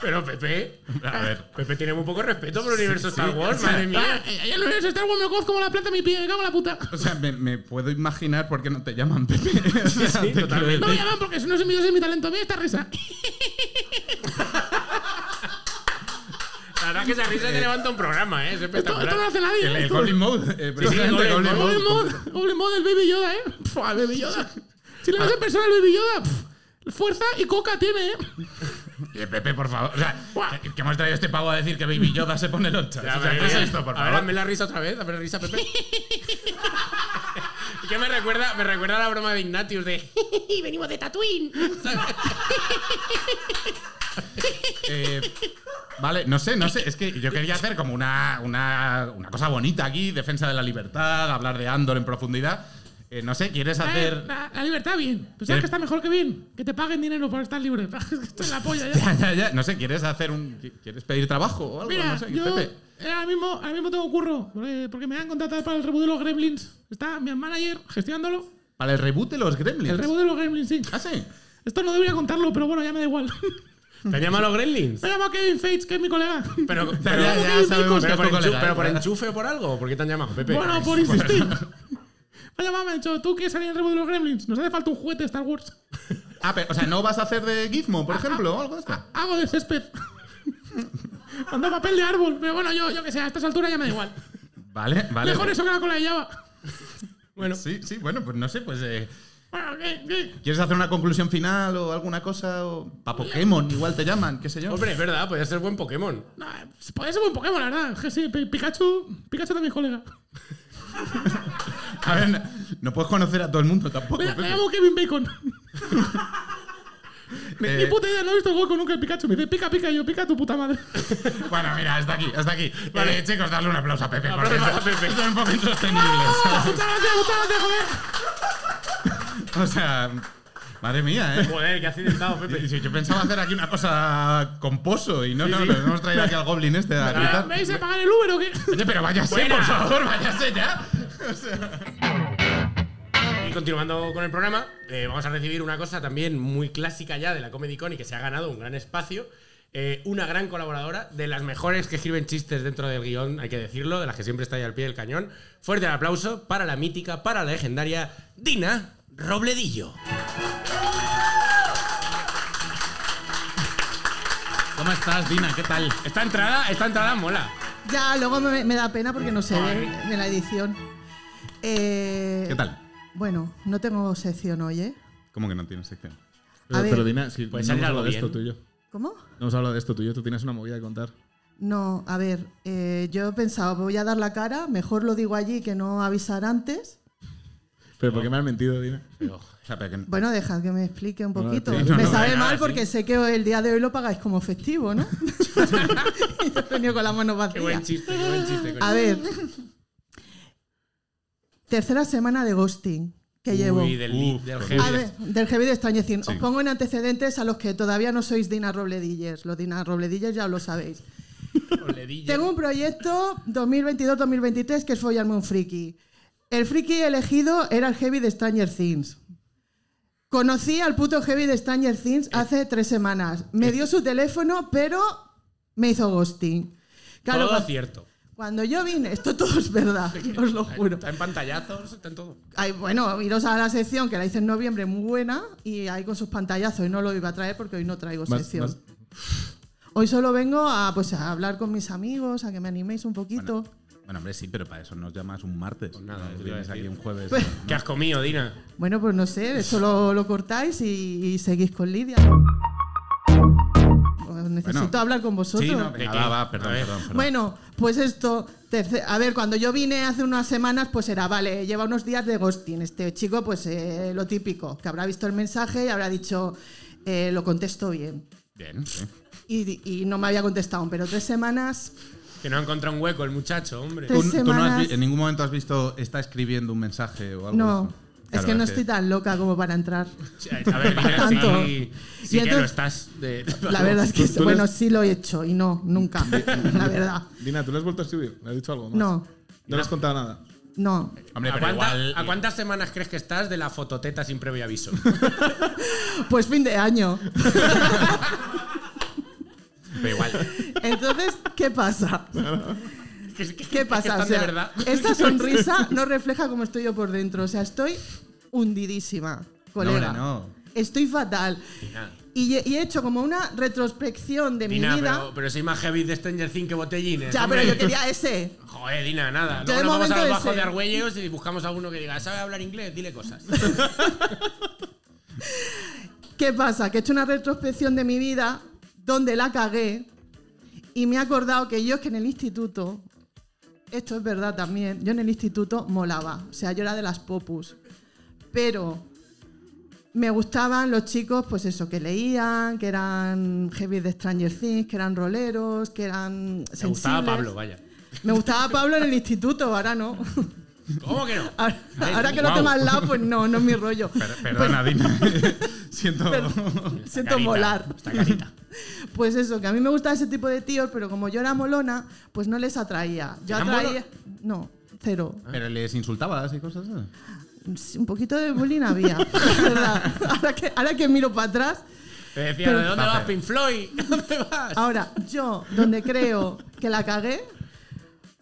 S2: Pero Pepe.
S3: A ver.
S2: Pepe tiene muy poco respeto por el universo Star Wars, madre mía.
S6: Ah, eh, ahí en el universo de Star Wars me lo conozco como la planta de mi pie, me cago en la puta.
S3: O sea, me, me puedo imaginar por qué no te llaman Pepe. O sea,
S2: sí,
S3: te quiero
S2: totalmente.
S6: No me llaman porque eso no es mi, eso es mi talento, mira esta risa.
S2: La verdad es que esa risa te levanta un programa, ¿eh? Es
S6: Esto, esto no lo
S2: espectacular.
S6: hace nadie.
S3: El, el
S6: esto-
S3: Goblin Mode. eh, pero
S2: Sí, sí,
S3: gente,
S2: Goblin
S3: Goblin
S2: Mode.
S6: Goblin Mode, Goblin Mode, el Baby Yoda, ¿eh? Pua, Baby Yoda. Si le ves en persona al Baby Yoda, pf, fuerza y coca tiene, ¿eh?
S3: Mode. Eh, Pepe, por favor. O sea,
S6: Buah.
S3: que, que hemos traído este pavo a decir que Baby Yoda se pone lonchas.
S2: Ya,
S3: O sea,
S2: madre
S3: ¿qué es
S2: mía.
S3: esto, por
S2: A ver,
S3: favor?
S2: hazme la risa otra vez, hazme la risa, Pepe. Y que me recuerda, me recuerda a la broma de Ignatius de.
S6: Venimos de Tatooine.
S3: Eh, vale, no sé, no sé. Es que yo quería hacer como una, una, una cosa bonita aquí, defensa de la libertad, hablar de Andor en profundidad. Eh, no sé, ¿quieres hacer...?
S6: Ah, La, la libertad, bien. Pues sabes que está mejor que bien. Que te paguen dinero por estar libre. Esto es la polla ya.
S3: Ya, ya, ya. No sé, ¿quieres hacer un. qui- ¿Quieres pedir trabajo o algo?
S6: Mira,
S3: no sé,
S6: yo
S3: Pepe.
S6: eh, ahora, mismo, ahora mismo tengo curro. Porque, porque me han contratado para el reboot de los Gremlins. Está mi manager gestionándolo.
S3: Para el reboot de los Gremlins.
S6: El reboot de los Gremlins, sí.
S3: Ah, sí.
S6: Esto no debería contarlo, pero bueno, ya me da igual.
S2: ¿Te han llamado los Gremlins?
S6: Me llama Kevin Feige, que es mi colega.
S2: Pero, pero,
S1: ya- ya
S2: pero
S1: sabemos que es
S2: por
S1: tu
S2: enchu-
S1: colega,
S2: pero por
S1: ¿verdad?
S2: enchufe o por algo. ¿Por qué te han llamado, Pepe?
S6: Bueno, pues- por insistir. Me ha llamado, me ha dicho, tú quieres salir en el rebote de los Gremlins. Nos hace falta un juguete de Star Wars.
S3: Ah, pero, o sea, ¿no vas a hacer de Gizmo, por ejemplo, o algo de esto?
S6: Hago de césped. Mando papel de árbol. Pero bueno, yo, yo que sé, a estas alturas ya me da igual.
S3: Vale, vale. eh.
S6: Mejor eso que la cola de Java.
S2: Bueno,
S3: Sí, sí, bueno, pues no sé, pues. eh,
S6: Bueno, ¿qué? ¿Qué?
S3: ¿Quieres hacer una conclusión final o alguna cosa? O para Pokémon, igual te llaman, qué sé yo.
S2: hombre, es verdad, podría ser buen Pokémon.
S6: No, eh, podría ser buen Pokémon, la verdad. Que sí, Pi- Pikachu, Pikachu también es colega.
S3: A ver, no- no puedes conocer a todo el mundo tampoco.
S6: Me, me
S3: Pepe.
S6: llamo Kevin Bacon. Ni- Ni
S3: Eh.
S6: puta idea, no he visto el hueco nunca el Pikachu. Me dice, pica, pica, y yo, pica tu puta madre.
S3: Bueno, mira, hasta aquí, hasta aquí. Vale, chicos, darle un aplauso a Pepe. Porque
S2: Aplauso a
S3: esto,
S2: Pepe.
S3: esto es un poco insostenible.
S6: ¡Ah! ¡Muchas gracias, muchas gracias, joder!
S3: O sea, madre mía, ¿eh?
S2: Joder, qué accidentado,
S3: Y
S2: Pepe.
S3: si Yo pensaba hacer aquí una cosa con pozo y no, no,
S2: sí.
S3: nos hemos traído aquí al goblin este a gritar.
S6: ¿Me vais a pagar el Uber o qué?
S3: Oye, pero váyase,
S2: Buena.
S3: por favor, váyase ya. O sea,
S2: Y continuando con el programa, eh, vamos a recibir una cosa también muy clásica ya de la Comedy Con y que se ha ganado un gran espacio. Eh, una gran colaboradora, de las mejores que escriben chistes dentro del guión, hay que decirlo, de las que siempre está ahí al pie del cañón. Fuerte el aplauso para la mítica, para la legendaria Dina Robledillo.
S3: ¿Cómo estás, Dina? ¿Qué tal?
S2: Esta entrada, esta entrada mola.
S5: Ya, luego me, me da pena porque no se ve
S2: Ay.
S5: en la edición. Eh,
S3: ¿Qué tal?
S5: Bueno, no tengo sección hoy, ¿eh?
S3: ¿Cómo que no tienes sección?
S5: A
S4: Pero,
S5: ver.
S4: pero Dina, si
S2: Puede
S4: no
S2: salir
S4: hemos
S2: algo
S4: hablado de esto
S2: Pues bien.
S4: tuyo.
S5: ¿Cómo?
S4: No hemos hablado de esto tuyo, tú tienes una movida que contar.
S5: No, a ver, eh, yo he pensado, voy a dar la cara, mejor lo digo allí que no avisar antes.
S4: Pero ¿por qué me has mentido, Dina?
S3: O sea, pero que no-
S5: Bueno, dejad que me explique un
S4: Bueno,
S5: poquito.
S4: sí, no,
S5: me
S4: no,
S5: sabe
S2: nada,
S5: mal
S2: sí.
S5: porque sé que el día de hoy lo pagáis como festivo, ¿no? yo he venido con las manos
S2: Qué
S5: vacías.
S2: buen chiste, qué buen chiste. coño.
S5: A ver. Tercera semana de ghosting que llevo.
S2: Uy, del, li-
S3: Uf,
S2: del
S3: con-
S2: heavy.
S5: A ver, del heavy de Stranger
S3: Sí.
S5: Os pongo en antecedentes a los que todavía no sois Dina Robledillers. Los Dina Robledillers ya lo sabéis.
S2: Robledillo.
S5: Tengo un proyecto 2022-2023 que es follarme un friki. El friki elegido era el heavy de Stranger Things. Conocí al puto heavy de Stranger
S2: Eh.
S5: Things hace tres semanas. Me dio su teléfono, pero me hizo ghosting. Claro,
S2: Todo
S5: cu-
S2: cierto.
S5: cuando yo vine, esto todo es verdad, os lo juro.
S2: Está en pantallazos, está en todo.
S5: Ay, bueno, iros a la sección que la hice en noviembre, muy buena, y ahí con sus pantallazos. Hoy no lo iba a traer porque hoy no traigo
S4: Más-
S5: sección.
S4: más-
S5: Hoy solo vengo a, pues, a hablar con mis amigos, a que me animéis un poquito. Bueno,
S3: Bueno, hombre, sí, pero para eso nos llamas un martes.
S2: Pues nada,
S3: Nos
S2: te iba a
S3: vienes
S2: decir.
S3: aquí un jueves.
S5: Pues-
S3: ¿no?
S2: ¿Qué has comido, Dina?
S5: pues no sé, esto lo, lo cortáis y, y seguís con Lidia. Pues necesito
S3: Bueno.
S5: hablar con vosotros.
S3: Sí, no,
S2: ¿De
S3: venga,
S2: qué?
S3: va, va,
S2: A
S3: perdón,
S2: ver.
S3: perdón, perdón.
S5: Bueno, pues esto, terce- a ver, cuando yo vine hace unas semanas, pues era, vale, lleva unos días de ghosting. Este chico, pues eh, lo típico, que habrá visto el mensaje y habrá dicho, eh, lo contesto bien.
S3: Bien, sí.
S5: Y, y no me había contestado, pero tres semanas,
S2: Que no ha encontrado un hueco el muchacho, hombre.
S5: Tres
S3: ¿Tú, tú no has vi-
S5: semanas.
S3: en ningún momento has visto está escribiendo un mensaje o algo
S5: no.
S3: de eso?
S5: es
S3: Claro,
S5: que no estoy tan loca como para entrar.
S2: A ver, Dina,
S5: Tanto.
S2: sí,
S5: Y
S2: sí que
S5: entonces-
S2: lo estás. De,
S5: La verdad es que,
S4: tú- tú
S5: bueno,
S4: eres-
S5: sí lo he hecho y no, nunca, la verdad.
S4: Dina, ¿tú le has vuelto a escribir? ¿Le has dicho algo más?
S5: No,
S4: No le has contado nada.
S5: no.
S3: Hombre,
S2: ¿A,
S3: pero
S2: cuánta-
S3: igual.
S2: a cuántas semanas crees que estás de la fototeta sin previo aviso?
S5: Pues fin de año.
S2: Pero igual.
S5: Entonces, ¿qué pasa?
S2: ¿Qué, qué,
S5: ¿Qué pasa?
S2: están
S5: O sea,
S2: de verdad.
S5: Esta sonrisa no refleja cómo estoy yo por dentro. O sea, estoy hundidísima, colega.
S3: hombre, no.
S5: Estoy fatal. Y he, y he hecho como una retrospección de
S2: Dina,
S5: mi vida.
S2: pero, pero soy más heavy de Stranger Things que botellines.
S5: ya, pero
S2: hombre.
S5: yo quería ese.
S2: Joder, Dina, nada. Luego
S5: Yo de
S2: nos vamos a
S5: momento
S2: los bajos
S5: ese.
S2: de Argüellos y buscamos a uno que diga, ¿sabe hablar inglés? Dile cosas.
S5: ¿Qué pasa? Que he hecho una retrospección de mi vida donde la cagué y me he acordado que yo es que en el instituto, esto es verdad también, yo en el instituto molaba, o sea, yo era de las popus, pero me gustaban los chicos, pues eso, que leían, que eran heavy de Stranger Things, que eran roleros, que eran...
S2: Me gustaba
S5: sensibles.
S2: Pablo, vaya.
S5: Me gustaba Pablo en el instituto, ahora no.
S2: ¿Cómo que no?
S5: Ahora, ahora que lo
S2: Guau.
S5: tengo al lado, pues no, no es mi rollo.
S3: Perdona, Dina. Siento.
S5: Per-
S2: Esta
S5: siento
S2: carita,
S5: molar.
S2: Esta carita.
S5: Pues eso, que a mí me gustaba ese tipo de tíos, pero como yo era molona, pues no les atraía. Yo
S2: ¿Eran
S5: atraía. No, cero.
S2: Ah.
S3: Pero les insultabas y cosas. así?
S5: Sí, Un poquito de bullying había. es verdad. ahora, que, ahora que miro para atrás,
S2: Te decían, ¿de dónde vas, Pink Floyd? ¿Dónde vas?
S5: ahora yo donde creo que la cagué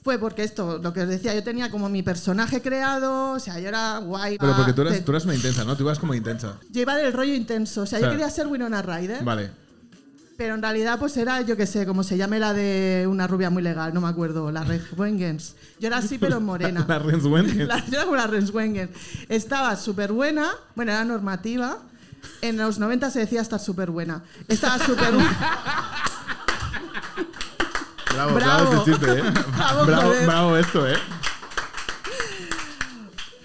S5: fue porque esto, lo que os decía, yo tenía como mi personaje creado, o sea, yo era guay.
S4: Pero porque tú
S5: Ah, te-
S4: eras, tú eras una intensa, ¿no? Tú ibas como intensa.
S5: Yo iba del rollo intenso, o sea, yo
S4: Claro.
S5: quería ser Winona Ryder,
S4: Vale.
S5: pero en realidad pues era, yo qué sé, como se llame la de una rubia muy legal, no me acuerdo, la Red Wengens. Yo era así, pero morena.
S4: La Renz Wengen.
S5: La señora como la Renswenger. Estaba súper buena, bueno, era normativa. En los 90 se decía estar súper buena. Estaba súper buena.
S4: Bravo,
S5: Bravo.
S4: bravo, este chiste, ¿eh?
S5: Bravo,
S4: bravo,
S5: joder.
S4: bravo esto, ¿eh?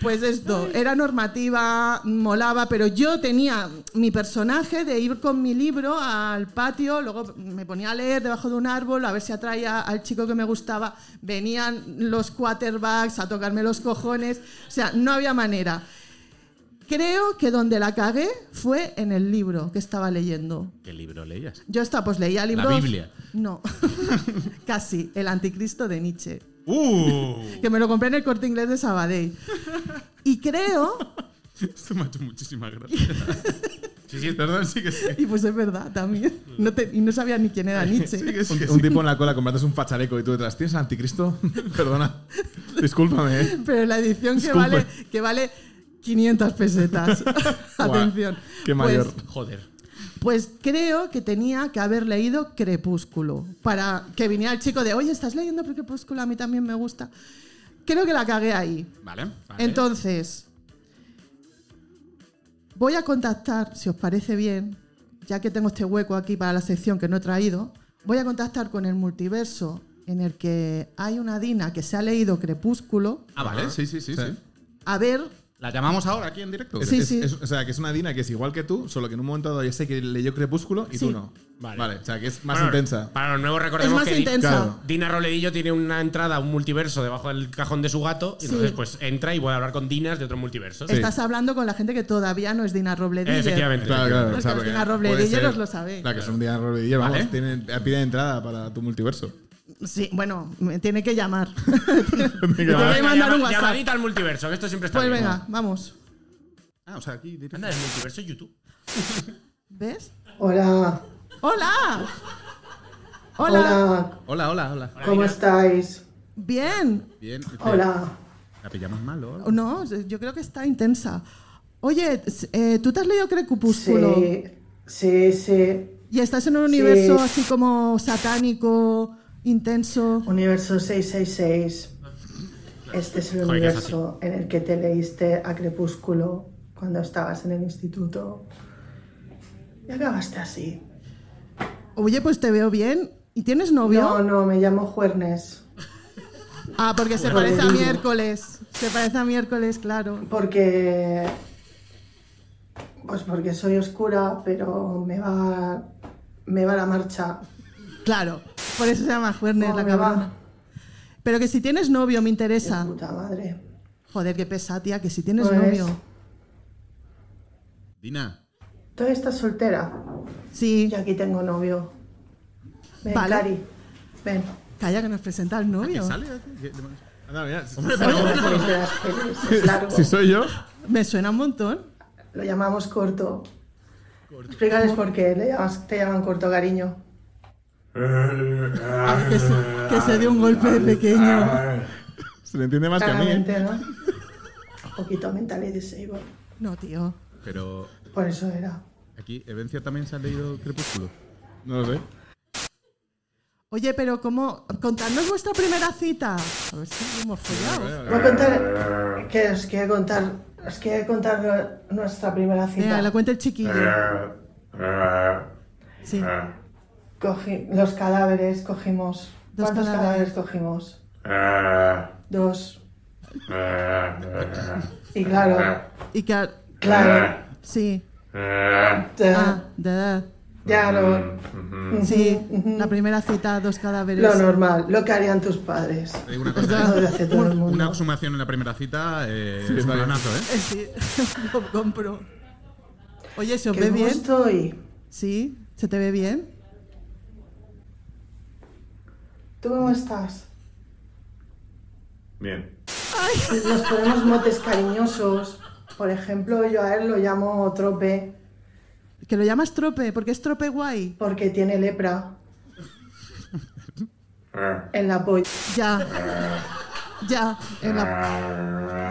S5: Pues esto, era normativa, molaba, pero yo tenía mi personaje de ir con mi libro al patio, luego me ponía a leer debajo de un árbol, a ver si atraía al chico que me gustaba. Venían los quarterbacks a tocarme los cojones, o sea, no había manera. Creo que donde la cagué fue en el libro que estaba leyendo.
S3: ¿Qué libro leías?
S5: Yo estaba, pues leía libros.
S3: Biblia.
S5: No. Casi. El anticristo de Nietzsche.
S3: ¡Uh!
S5: Que me lo compré en el corte inglés de Sabadell. Y creo.
S3: Esto me ha hecho muchísimas gracias. sí, sí, perdón, sí que sí.
S5: Y pues es verdad también. No te- y no sabía ni quién era Nietzsche.
S4: Un, un tipo en la cola comprándose un fachareco y tú detrás, ¿tienes anticristo? Perdona. Discúlpame, ¿eh?
S5: Pero la edición que
S4: Disculpe.
S5: vale, que vale 500 pesetas. Atención.
S4: qué
S5: Pues-
S4: mayor.
S2: Joder.
S5: Pues creo que tenía que haber leído Crepúsculo para que viniera el chico de, oye, ¿estás leyendo Crepúsculo? A mí también me gusta. Creo que la cagué ahí.
S3: Vale. vale.
S5: Entonces, voy a contactar, si os parece bien, ya que tengo este hueco aquí para la sección que no he traído, voy a contactar con el multiverso en el que hay una Dina que se ha leído Crepúsculo,
S3: ah, vale, sí, sí, sí. sí.
S5: a ver,
S3: La llamamos ahora aquí en directo.
S4: Es-
S5: Sí,
S4: es-
S5: sí.
S4: es- o sea, que es una Dina que es igual que tú, solo que en un momento dado ya sé que leyó Crepúsculo y
S5: Sí.
S4: tú no.
S2: Vale.
S4: Vale. o sea, que es más
S2: Bueno,
S4: intensa.
S2: Para los nuevos
S5: es
S2: recordemos
S5: más
S2: que Di-
S5: intensa.
S4: claro.
S2: Dina Roledillo tiene una entrada a un multiverso debajo del cajón de su gato. Y
S5: Sí.
S2: entonces, pues entra y voy a hablar con Dinas de otro multiverso. Eh,
S5: Estás hablando con la gente que todavía no es Dina Roblediller.
S2: Efectivamente.
S4: Claro, claro.
S5: Los
S4: o sea,
S5: que os
S4: porque
S5: digan
S4: puede
S5: Roblediller
S4: ser-
S5: os lo sabéis.
S4: Claro, que es un día Roblediller, vamos,
S3: Vale.
S4: tienen- pide entrada para tu multiverso.
S5: Sí, bueno, me tiene que llamar. Me
S2: Venga,
S5: tiene que mandar un
S2: llama-
S5: WhatsApp.
S2: Llamadita al multiverso, que esto siempre está
S5: Pues
S2: bien.
S5: venga, vamos.
S3: Ah, o sea, aquí directo.
S2: Anda, el multiverso es YouTube.
S5: ¿Ves?
S7: Hola,
S5: ¡Hola! ¡Hola!
S7: hola,
S3: Hola, hola, hola.
S7: Ah, ¿cómo estáis?
S5: Bien.
S3: Bien.
S7: Hola.
S3: La pillamos mal, ¿o?
S5: No, yo creo que está intensa. Oye, eh, ¿tú te has leído Crepúsculo?
S7: Sí, sí, sí.
S5: Y estás en un universo
S7: Sí.
S5: así como satánico, intenso.
S7: Universo 666. Este es el
S2: Joder, que es así.
S7: universo en el que te leíste a Crepúsculo cuando estabas en el instituto. Y acabaste así.
S5: Oye, pues te veo bien. ¿Y tienes novio?
S7: No, no, me llamo Juernes.
S5: Ah, porque se
S7: No,
S5: parece a
S7: no.
S5: miércoles. Se parece a miércoles, claro.
S7: Porque. Pues porque soy oscura, pero me va. Me va la marcha.
S5: Claro. Por eso se llama Juernes,
S7: Oh,
S5: la
S7: me va.
S5: cabrona. Pero que si tienes novio, me interesa.
S7: Puta madre.
S5: Joder, qué pesa, tía, que si tienes
S7: Pues-
S5: novio.
S3: Dina.
S7: Todavía estás soltera.
S5: Sí.
S7: Yo aquí tengo novio. Ven,
S5: Vale.
S7: Cari. Ven.
S5: Calla que nos presenta el novio.
S4: Anda, mira, si-
S7: Otra vez de las pelis, es largo.
S4: si soy yo.
S5: Me suena un montón.
S7: Lo llamamos corto. Explícales por qué le llamas- te llaman corto, cariño.
S5: Ah, que, se, que se dio un golpe de pequeño.
S4: Se le entiende más que a mí. ¿eh?
S7: Claramente, ¿no? Un poquito mental y disabled.
S5: No, tío.
S3: Pero
S7: Por eso era.
S3: aquí, Evencia también se ha leído Crepúsculo.
S4: No lo sé.
S5: Oye, pero ¿cómo? Contadnos vuestra primera cita. A ver si hemos follado.
S4: Eh.
S7: Voy a contar. Que os quiero contar. Os quiero contar nuestra primera
S5: Venga,
S7: cita.
S5: la cuenta el chiquillo. Sí.
S7: Cogí- los cadáveres cogimos.
S5: Dos
S7: ¿Cuántos
S5: cadáveres.
S7: cadáveres cogimos? Dos. y claro,
S4: Eh.
S5: Y que... a-
S7: claro.
S5: Sí.
S7: Ya,
S4: Eh.
S5: Ah, de
S4: Ah.
S5: edad.
S7: ya
S4: Mm.
S7: lo,
S5: Sí. La primera cita, dos cadáveres.
S7: lo normal, lo que harían tus padres.
S3: Te digo una cosa.
S7: Lo hace todo el
S3: Una
S7: mundo.
S3: exhumación en la primera cita eh,
S4: Sí,
S3: es un
S4: vale.
S3: planazo, ¿eh?
S5: Eh, Sí. Lo compro. Oye, ¿se os
S7: Qué
S5: ve bien?
S7: gusto y
S5: Sí. ¿Se te ve bien?
S7: ¿tú cómo estás?
S8: Bien.
S7: Nos ponemos motes cariñosos. Por ejemplo, yo a él lo llamo trope
S5: Que lo llamas trope, porque es trope guay.
S7: porque tiene lepra. En la polla.
S5: Ya. Ya. en la-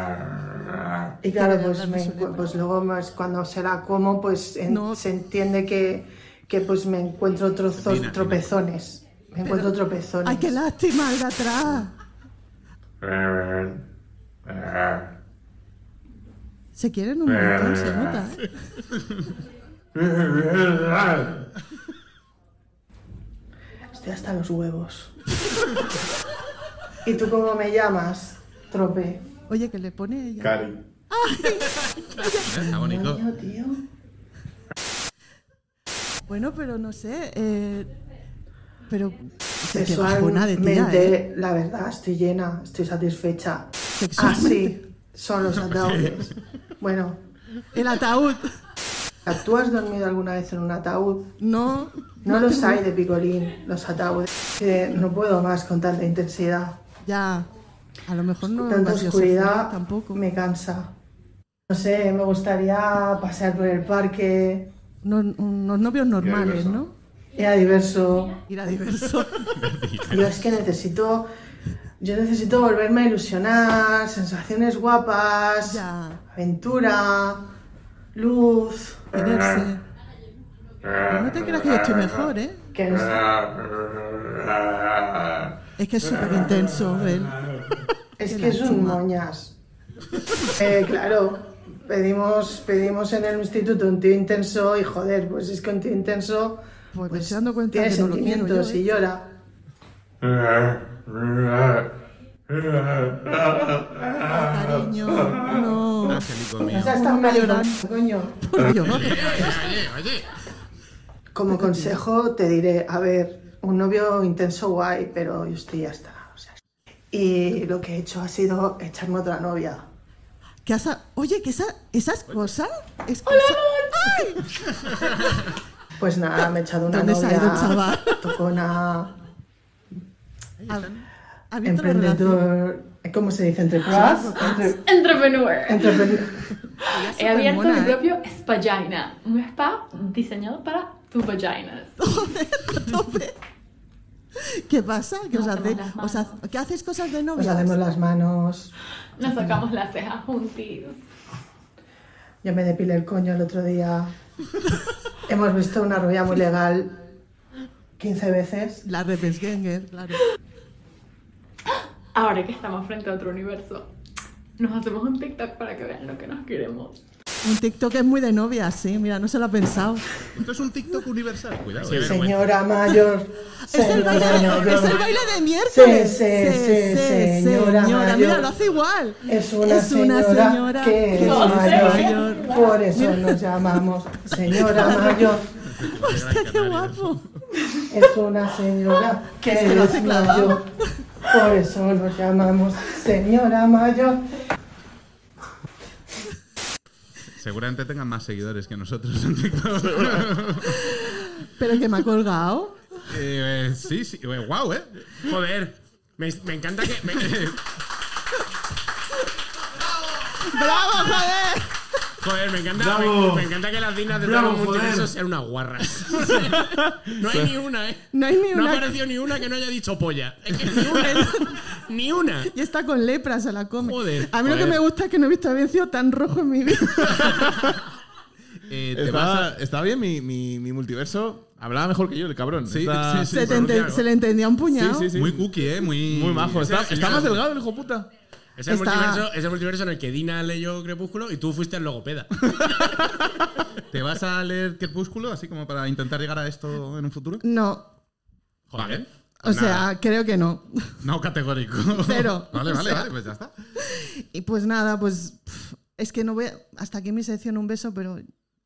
S7: Y claro,
S5: Claro,
S7: pues,
S5: darle
S7: me
S5: su
S7: encu-
S5: lepra.
S7: pues luego más cuando se la como, pues en-
S5: No.
S7: se entiende que, que, pues me encuentro trozos,
S3: Tina, Tina.
S7: tropezones. Me encuentro tropezones.
S5: Ay, qué lástima, el de atrás. Se quieren un montón, se nota. ¿eh?
S7: Estoy hasta los huevos. ¿Y tú cómo me llamas? Trope.
S5: Oye, que le pone ella.
S8: Cari.
S3: ¿Eh? Está bonito.
S7: Coño, tío.
S5: Bueno, pero no sé. eh, pero. Qué bajona de tía, ¿eh?
S7: Sexualmente, la verdad, estoy llena, estoy satisfecha.
S5: Sexualmente.
S7: Así son los ataúdes. Bueno,
S5: El ataúd.
S7: ¿tú has dormido alguna vez en un ataúd?
S5: No.
S7: No los
S5: tengo-
S7: hay de picolín, los ataúdes. Que no puedo más con tanta intensidad.
S5: Ya. A lo mejor Pues no.
S7: Tanta
S5: vacío
S7: oscuridad
S5: social Tampoco.
S7: me cansa. No sé, me gustaría pasear por el parque,
S5: No- unos novios normales,
S8: diverso.
S5: ¿no?
S7: era diverso.
S5: Ir a diverso.
S7: Yo es que necesito, yo necesito volverme a ilusionar, sensaciones guapas,
S5: Ya.
S7: aventura, luz,
S5: Tenerse. Pero no te creas que yo estoy mejor, ¿eh?
S7: que no sé.
S5: Es que es súper intenso, él.
S7: Es
S5: Qué
S7: que son
S5: lástima.
S7: moñas. Eh, claro, pedimos, pedimos en el instituto un tío intenso y joder, pues es que un tío intenso
S5: Pues me estoy dando cuenta
S7: tiene
S5: que no lo quiero
S7: sentimientos
S5: yo, ¿eh?
S7: y llora.
S5: Cariño, no.
S3: Angélico mío.
S7: No seas tan
S5: Una llorona.
S7: maricón, coño.
S5: Por Dios.
S7: Como consejo te diré, a ver, un novio intenso guay, pero yo estoy ya está. o sea, y lo que he hecho ha sido echarme otra novia.
S5: ¿Qué has a- Oye, que esa- esas cosas. Es cosa-
S7: Pues nada, me he echado una
S5: ¿Dónde se ha ido el
S7: novia
S5: chaval?
S7: tocona,
S5: ¡Ay! Ha- ha abierto la relación.
S7: emprendedor, ¿cómo se dice? ¿Entrepreneur? Entre-
S9: Entrepreneur.
S7: entrepreneur.
S5: Ella es
S9: He abierto mi
S5: supermona, ¿eh?
S9: propio Spagina, un spa diseñado para tus vaginas.
S5: ¿Qué pasa? ¿Qué os
S9: No,
S5: hacéis?
S9: las
S5: ¿Os
S9: manos.
S5: hace- ¿Qué hacéis cosas de
S7: Nos
S5: novia?
S7: pues hacemos las manos.
S9: Nos sacamos las cejas juntitos.
S7: Yo me depilé el coño el otro día. Hemos visto una rubia muy legal 15 veces.
S5: La Repesgenger, claro.
S9: Ahora que estamos frente a otro universo, nos hacemos un TikTok para que vean lo que nos queremos.
S5: Un TikTok es muy de novia, sí. Mira, no se lo ha pensado.
S3: Esto es un TikTok universal. Cuidado. eh.
S7: Señora mayor.
S5: Es el, baile de,
S7: señora
S5: es el
S7: mayor.
S5: baile de miércoles.
S7: Sí, sí, sí, señora mayor.
S5: Mira, lo hace igual.
S7: Es una, señora,
S5: señora
S7: que es
S9: No,
S7: mayor.
S5: mayor.
S7: Por eso nos llamamos señora mayor.
S5: Hostia, qué guapo.
S7: Es una señora que
S5: Es que lo hace
S7: es
S5: clavado.
S7: mayor. Por eso nos llamamos señora mayor.
S3: Seguramente tengan más seguidores que nosotros en TikTok.
S5: Pero que me ha colgado.
S3: Eh, eh, sí, sí. eh, Guau, ¿eh?
S2: Joder, me, me encanta que. me-
S5: ¡Bravo, joder!
S2: joder, me encanta, me,
S8: Bravo.
S2: me encanta que las dinas de
S8: Bravo,
S2: todo el multiverso
S8: joder.
S2: sean unas guarras. No hay ni una, ¿eh?
S5: No hay ni
S2: No ha
S5: una.
S2: aparecido ni una que no haya dicho polla. Es que ni una. ni una.
S5: Y está con lepra, se la come.
S2: Joder,
S5: a mí lo que
S2: joder.
S5: me gusta es que no he visto a Vencio tan rojo en mi vida.
S3: Eh, te vas a-
S4: Estaba, estaba bien mi, mi, mi multiverso. Hablaba mejor que yo, el cabrón.
S3: Sí,
S4: Está-
S3: sí, sí.
S5: se, te ente-
S4: pronuncia, ¿no?
S5: se le entendía un
S4: Sí,
S5: puñado.
S4: sí, sí.
S3: Muy cookie, ¿eh? Muy,
S4: Muy majo. Está,
S2: Ese-
S4: está más delgado el hijo puta.
S2: Es el,
S5: Está-
S2: multiverso, es el multiverso en el que Dina leyó Crepúsculo y tú fuiste el logopeda.
S3: ¿Te vas a leer Crepúsculo así como para intentar llegar a esto en un futuro?
S5: No.
S3: Vale.
S5: O
S3: Pues nada,
S5: sea, creo que no.
S3: no categórico.
S5: Cero.
S3: Vale,
S5: O
S3: vale,
S5: sea.
S3: vale, pues ya está.
S5: Y pues nada, pues. pf, Es que no voy. a- Hasta aquí mi sección, un beso, pero.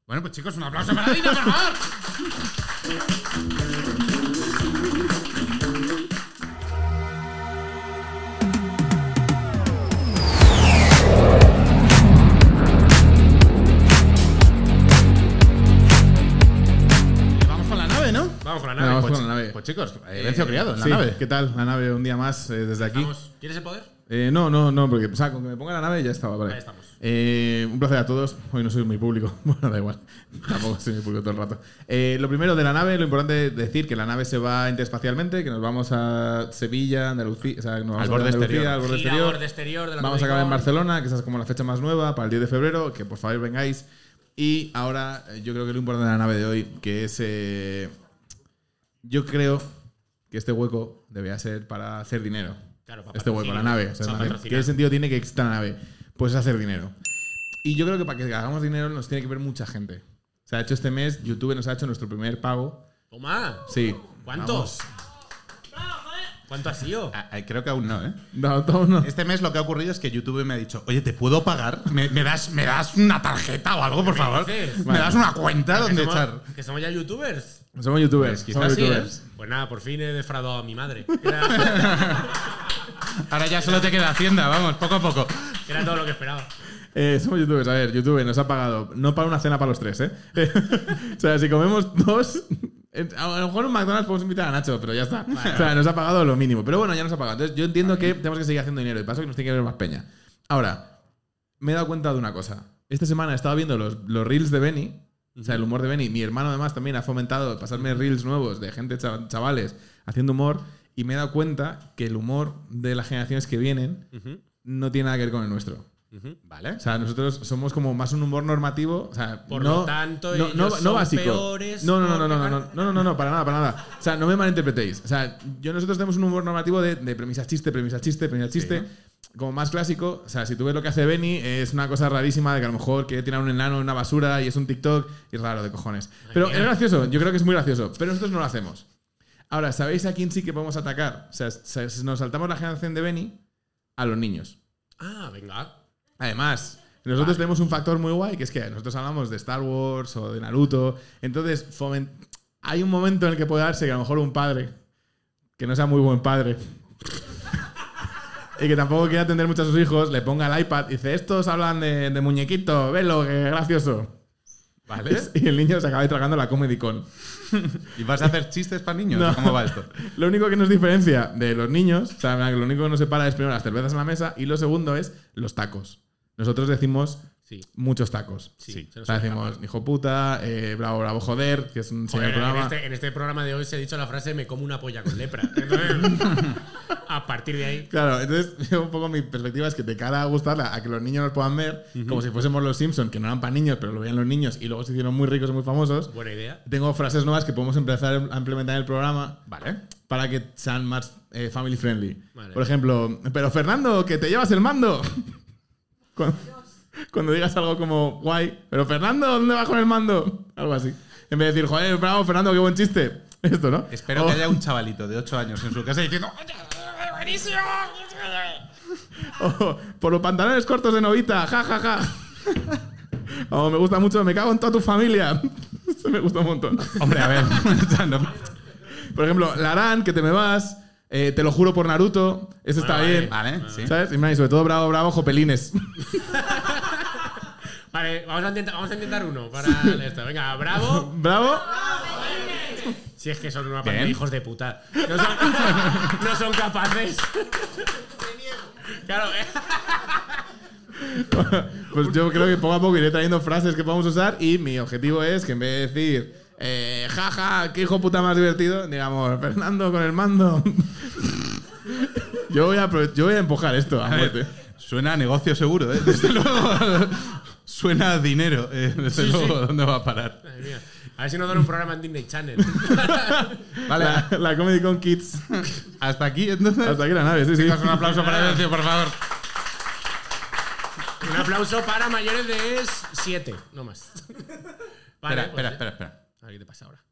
S3: Bueno, pues chicos, un aplauso para Dina, por favor. Vamos con la nave, ¿no?
S2: Vamos con la nave.
S4: Vamos
S2: pues.
S4: con la nave.
S3: Pues chicos, eh, Vencio criado en la
S4: Sí,
S3: nave.
S4: ¿Qué tal? La nave, un día más eh, desde aquí.
S2: Vamos. ¿Quieres el poder?
S4: Eh, no, no, no, porque o sea, con que me ponga la nave ya estaba, vale.
S2: Ahí estamos.
S4: Eh, un placer a todos. Hoy no soy muy público. Bueno, da igual. Tampoco soy muy público todo el rato. Eh, lo primero de la nave, lo importante es decir que la nave se va interespacialmente, que nos vamos a Sevilla, Andalucía, o sea, que nos vamos
S3: Al
S4: a
S3: borde
S4: Andalucía,
S3: exterior.
S4: al borde
S2: Gira
S4: exterior.
S2: borde exterior de la
S4: Vamos a
S2: Comic
S4: acabar en
S2: Con.
S4: Barcelona, que esa es como la fecha más nueva, para el 10 de febrero, que por favor vengáis. Y ahora eh, yo creo que lo importante de la nave de hoy, que es... eh, yo creo que este hueco debía ser para hacer dinero.
S2: Claro, para
S4: este hueco, la
S2: patrocinio,
S4: nave. O sea,
S2: para
S4: ¿vale?
S2: patrocinar.
S4: ¿Qué sentido tiene que exista la nave? Pues es hacer dinero. Y yo creo que para que hagamos dinero nos tiene que ver mucha gente. Se ha hecho este mes, YouTube nos ha hecho nuestro primer pago.
S2: Toma.
S4: Sí.
S2: ¿Cuántos? ¿Cuánto ha sido?
S3: Ah, ah, Creo que aún no, ¿eh?
S4: No, todo no.
S3: Este mes lo que ha ocurrido es que YouTube me ha dicho, oye, ¿te puedo pagar? ¿Me, me das, me das una tarjeta o algo, por favor?
S2: dices?
S3: ¿Me das una cuenta donde
S2: somos-
S3: echar?
S2: que somos ya youtubers.
S4: Somos youtubers.
S3: Pues quizás
S4: somos
S3: sí,
S4: youtubers.
S2: Pues nada, por fin he defraudado a mi madre. Era,
S3: Ahora ya solo te queda Hacienda, vamos, poco a poco.
S2: era todo lo que esperaba.
S4: Eh, somos youtubers, a ver, YouTube nos ha pagado. No para una cena para los tres, ¿eh? o sea, si comemos dos. en- A lo mejor un McDonald's podemos invitar a Nacho, pero ya está. O sea, nos ha pagado lo mínimo. Pero bueno, ya nos ha pagado. Entonces, yo entiendo que tenemos que seguir haciendo dinero. Y paso que nos tiene que ver más peña. Ahora, me he dado cuenta de una cosa. Esta semana estaba viendo los, los reels de Benny. O sea, el humor de Benny. Mi hermano, además, también ha fomentado pasarme reels nuevos de gente, cha- chavales, haciendo humor. Y me he dado cuenta que el humor de las generaciones que vienen no tiene nada que ver con el nuestro.
S3: Vale.
S4: O sea, nosotros somos como más un humor normativo. O sea,
S2: Por
S4: no,
S2: lo tanto,
S4: no, no,
S2: ellos
S4: no
S2: son
S4: básico.
S2: peores
S4: no, no, no, no,
S2: porque
S4: no, no,
S2: van-
S4: no, no, no, no, para nada, para nada. O sea, no me malinterpretéis. O sea, yo nosotros tenemos un humor normativo de, de premisa chiste, premisa chiste, premisa chiste. Como más clásico, o sea, si tú ves lo que hace Benny, es una cosa rarísima de que a lo mejor quiere tirar un enano en una basura y es un TikTok y es raro de cojones. Pero es gracioso, yo creo que es muy gracioso, pero nosotros no lo hacemos. Ahora, ¿sabéis a quién sí que podemos atacar? O sea, s- s- nos saltamos la generación de Benny a los niños.
S2: Ah, venga.
S4: Además, nosotros tenemos un factor muy guay, que es que nosotros hablamos de Star Wars o de Naruto. Entonces, fomen- hay un momento en el que puede darse que a lo mejor un padre, que no sea muy buen padre, y que tampoco quiera atender mucho a sus hijos, le ponga el iPad y dice, estos hablan de, de muñequito, velo, que gracioso.
S3: ¿Vale?
S4: Y el niño se acaba tragando la Comedy Con.
S3: ¿Y vas a hacer chistes para niños?
S4: No.
S3: ¿Cómo va esto?
S4: Lo único que nos diferencia de los niños, o sea, lo único que nos separa es primero las cervezas en la mesa y lo segundo es los tacos. Nosotros decimos
S2: Sí.
S4: muchos tacos.
S2: Sí, se
S4: O
S2: nos
S4: sea,
S2: escapa.
S4: decimos, hijo puta, eh, bravo, bravo, joder, que es un señor
S2: Joder, en,
S4: programa.
S2: este, en este programa de hoy se ha dicho la frase me como una polla con lepra. Entonces, a partir de ahí.
S4: Claro, entonces yo un poco mi perspectiva es que de cara a gustarla, a que los niños nos puedan ver, como si fuésemos los Simpsons, que no eran para niños, pero lo veían los niños y luego se hicieron muy ricos y muy famosos,
S2: Buena idea.
S4: tengo frases nuevas que podemos empezar a implementar en el programa
S3: Vale.
S4: para que sean más eh, family friendly.
S2: Vale.
S4: Por ejemplo, pero Fernando, que te llevas el mando. cuando, cuando digas algo como, guay, pero Fernando, ¿dónde vas con el mando? Algo así. En vez de decir, joder, bravo, Fernando, qué buen chiste. Esto, ¿no?
S3: Espero
S4: O-
S3: que haya un chavalito de 8 años en su casa diciendo, "Oye, buenísimo!
S4: o, por los pantalones cortos de novita, ja, ja, ja. o me gusta mucho, me cago en toda tu familia. Eso me gusta un montón.
S3: Hombre, a ver. o sea, no-
S4: Por ejemplo, Larán, que te me vas, eh, te lo juro por Naruto, eso está
S2: vale,
S4: bien.
S3: Vale, sí.
S4: ¿Sabes? Y mira, y sobre todo, bravo, bravo, jopelines.
S2: Vale, vamos a intentar, vamos a intentar uno para esto. Venga, bravo.
S4: Bravo.
S2: Si es que son una parte
S3: Bien.
S2: de hijos de puta. No son, no son capaces. Claro, eh.
S4: Pues yo creo que poco a poco iré trayendo frases que podamos usar y mi objetivo es que en vez de decir, eh, jaja, qué hijo puta más divertido, digamos, Fernando con el mando. yo, voy a, pro- yo voy a empujar esto a,
S3: A ver,
S4: muerte.
S3: suena a negocio seguro, ¿eh? Desde luego. suena a dinero. eh, Desde
S2: Sí, sí.
S3: luego, ¿dónde va a parar?
S2: Madre mía. A ver si nos dan un programa en Disney Channel.
S3: Vale,
S4: La, la Comedy Con Kids.
S3: hasta aquí entonces.
S4: Hasta aquí la nave, sí, sí.
S3: Chicos, un aplauso para Elcio, por favor.
S2: un aplauso para mayores de 7, no más. Vale,
S3: espera,
S2: pues,
S3: espera, espera, espera.
S2: A ver qué te pasa ahora.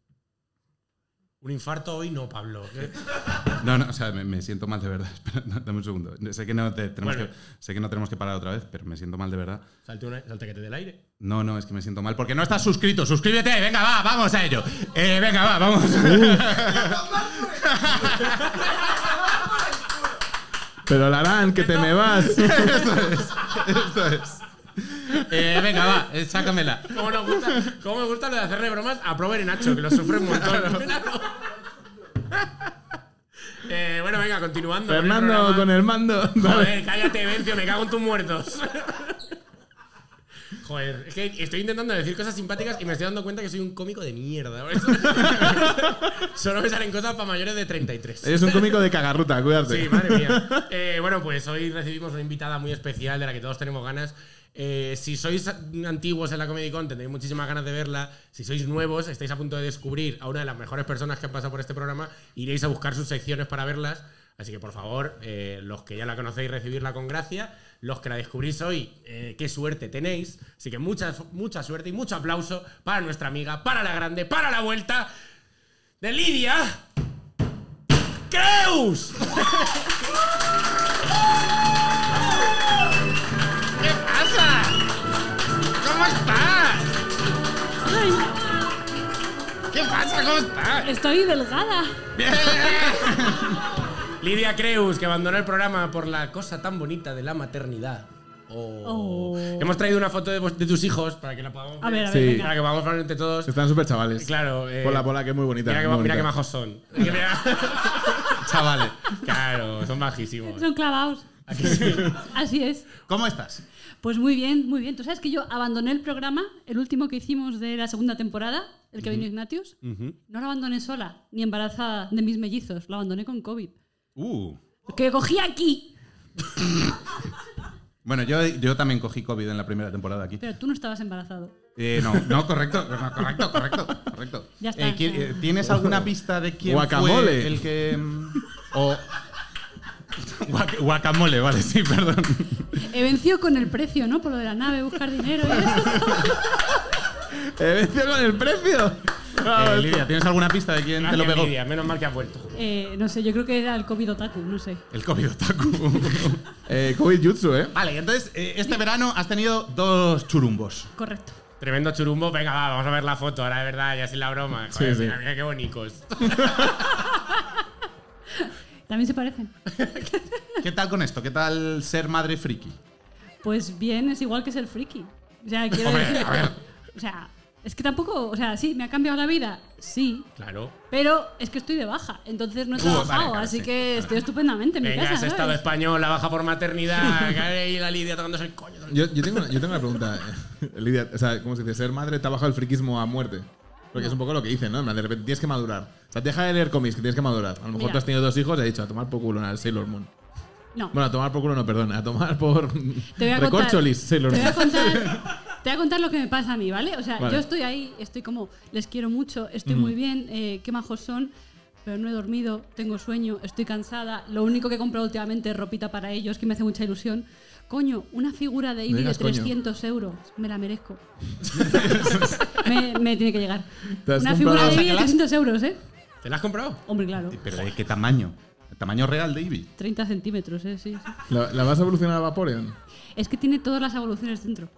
S2: Un infarto hoy no, Pablo.
S3: No, no, o sea, me, me siento mal de verdad. Espera, no, dame un segundo. Sé que, no te- tenemos
S2: Bueno.
S3: que, sé que no tenemos que parar otra vez, pero me siento mal de verdad.
S2: Salte, una, salte que te dé el aire.
S3: No, no, es que me siento mal porque no estás suscrito. Suscríbete, venga, va, vamos a ello. Eh, venga, va, vamos.
S4: Pero Larán, que te me vas.
S3: Esto es. Eh, venga, va, eh, sácamela.
S2: ¿Cómo, nos gusta, ¿Cómo me gusta lo de hacerle bromas a Prover y Nacho, que lo sufre un montón? Míralo. Eh, bueno, venga, continuando. con el
S4: Fernando
S2: programa.
S4: con el mando.
S2: Joder, cállate, Bencio, me cago en tus muertos. Joder, es que estoy intentando decir cosas simpáticas y me estoy dando cuenta que soy un cómico de mierda. Solo me salen cosas para mayores de 33.
S4: Eres un cómico de cagarruta, cuídate.
S2: Sí, madre mía. Eh, bueno, pues hoy recibimos una invitada muy especial de la que todos tenemos ganas. Eh, si sois antiguos en la Comedy Con, tendréis muchísimas ganas de verla. Si sois nuevos, estáis a punto de descubrir a una de las mejores personas que han pasado por este programa, iréis a buscar sus secciones para verlas. Así que, por favor, eh, los que ya la conocéis, recibirla con gracia. Los que la descubrís hoy, eh, qué suerte tenéis. Así que mucha, mucha suerte y mucho aplauso para nuestra amiga, para la grande, para la vuelta de Lidia Creus. ¿Qué pasa? ¿Cómo estás? ¿Qué pasa? ¿Cómo estás?
S8: Estoy delgada.
S2: Lidia Creus, que abandonó el programa por la cosa tan bonita de la maternidad. Oh.
S8: Oh.
S2: Hemos traído una foto de, vos- de tus hijos para que la podamos
S8: A
S2: ver,
S8: ver, a ver,
S4: Sí.
S2: para
S8: venga.
S2: que podamos hablar entre todos.
S4: Están súper chavales.
S2: Claro. eh,
S4: Pola, pola, que es muy bonita.
S2: Mira, que,
S4: muy
S2: ma- mira
S4: bonita.
S2: que majos son. Chavales. Claro, son majísimos.
S8: Son clavados.
S2: ¿A que sí?
S8: Así es.
S3: ¿Cómo estás?
S8: Pues muy bien, muy bien. Tú sabes que yo abandoné el programa, el último que hicimos de la segunda temporada, el que vino Ignatius. No lo abandoné sola, ni embarazada de mis mellizos. Lo abandoné con COVID.
S3: Uh.
S8: Que cogí aquí.
S3: Bueno, yo, yo también cogí COVID en la primera temporada aquí.
S8: Pero tú no estabas embarazado.
S3: Eh, no, no, correcto, no, correcto, correcto, correcto.
S8: Ya está,
S3: Eh, ¿quién-
S8: ya.
S3: eh, ¿Tienes alguna pista de quién
S4: Guacamole.
S3: fue el que mm, o Guac- guacamole, vale, sí, perdón.
S8: He vencido con el precio, ¿no? Por lo de la nave, buscar dinero y eso.
S4: ¡He vencido con el precio!
S3: Eh, Lidia, ¿tienes alguna pista de quién te lo
S2: Ah, Gracias,
S3: pegó?
S2: Lidia, menos mal que has vuelto.
S8: Eh, no sé, yo creo que era el COVID otaku, no sé.
S3: El COVID otaku.
S4: Eh, COVID Jutsu, ¿eh?
S3: vale, entonces eh, este verano has tenido dos churumbos.
S8: Correcto.
S2: Tremendo churumbo. Venga, va, vamos a ver la foto ahora, de verdad, ya sin la broma. Joder,
S4: Sí, sí.
S2: Mira, mira qué bonicos.
S8: También se parecen.
S3: ¿Qué tal con esto? ¿Qué tal ser madre friki?
S8: Pues bien, es igual que ser friki. O sea, quiero
S3: Hombre,
S8: decir.
S3: a ver.
S8: O sea, es que tampoco. O sea, sí, me ha cambiado la vida. Sí.
S2: Claro.
S8: Pero es que estoy de baja, entonces no he
S3: Uh,
S8: trabajado,
S3: vale, claro,
S8: así
S3: sí.
S8: que estoy estupendamente en mi
S2: Venga,
S8: casa.
S2: has estado
S8: ¿sabes?
S2: español, la baja por maternidad. cae Y la Lidia tocándose el coño. todo el-
S4: Yo, yo tengo una, yo tengo una pregunta, eh, Lidia. O sea, ¿cómo se dice? Ser madre te ha bajado el friquismo a muerte. Porque es un poco lo que dicen, ¿no? En plan, De repente tienes que madurar. O sea, deja de leer cómics, que tienes que madurar. A lo mejor
S8: Mira.
S4: tú has tenido dos hijos y has dicho, a tomar por culo al Sailor Moon.
S8: No,
S4: Bueno, a tomar por culo no, perdón. A tomar por...
S8: te voy a contar.
S4: Recorcholis, Sailor
S8: te voy a
S4: Moon.
S8: contar. Te voy a contar lo que me pasa a mí, ¿vale? O sea,
S4: Vale.
S8: yo estoy ahí, estoy como, les quiero mucho, estoy muy bien, eh, qué majos son, pero no he dormido, tengo sueño, estoy cansada. Lo único que he comprado últimamente es ropita para ellos, que me hace mucha ilusión. Coño, una figura de Eevee de
S4: digas coño.
S8: 300 euros, me la merezco. me, me tiene que llegar.
S4: Te has
S8: Una
S4: comprado-
S8: figura
S4: O
S8: de
S4: sea,
S8: Eevee de 300 euros, ¿eh?
S2: ¿Te la has comprado?
S8: Hombre, claro.
S3: ¿Pero de qué tamaño? ¿El tamaño real de Ivy?
S8: 30 centímetros, ¿eh? Sí, sí.
S4: ¿La, la vas a evolucionar a Vaporeon?
S8: Es que tiene todas las evoluciones dentro.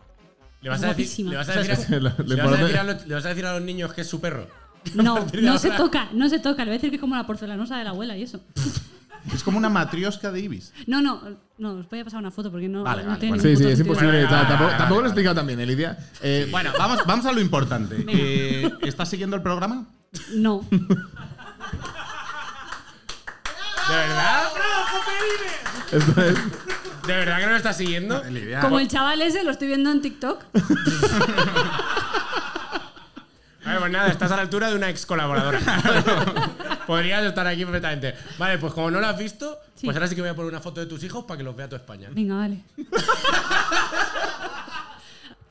S2: Le vas
S8: Es
S2: a decir,
S8: guapísima.
S2: le vas a decir, a,
S4: Lo- lo
S2: le vas a decir
S4: importante-
S2: a los, le vas a decir a los niños que es su perro.
S8: No,
S2: partir de
S8: no se
S2: ahora.
S8: toca, no se toca. Le voy a decir que es como la porcelanosa de la abuela y eso.
S3: Es como una matriosca de Ibis.
S8: No, no, no, os voy a pasar una foto porque no,
S3: Vale,
S8: no
S3: vale,
S8: tiene
S3: bueno.
S4: Sí,
S8: ningún
S4: sí,
S8: puto
S4: es
S8: sentido.
S4: imposible.
S3: Vale,
S4: Ta-
S3: vale,
S4: tampoco
S3: vale,
S4: tampoco lo he
S3: vale.
S4: explicado también, eh, Lidia. Eh,
S3: Bueno, vamos, vamos a lo importante. Eh, ¿Estás siguiendo el programa?
S8: No.
S2: ¿De verdad?
S4: esto es...
S2: ¿De verdad que no lo estás siguiendo?
S8: Como el chaval ese, lo estoy viendo en TikTok.
S2: Vale, pues nada, estás a la altura de una ex colaboradora. Podrías estar aquí perfectamente. Vale, pues como no lo has visto,
S8: Sí.
S2: pues ahora sí que voy a poner una foto de tus hijos para que los vea tu España.
S8: Venga, vale.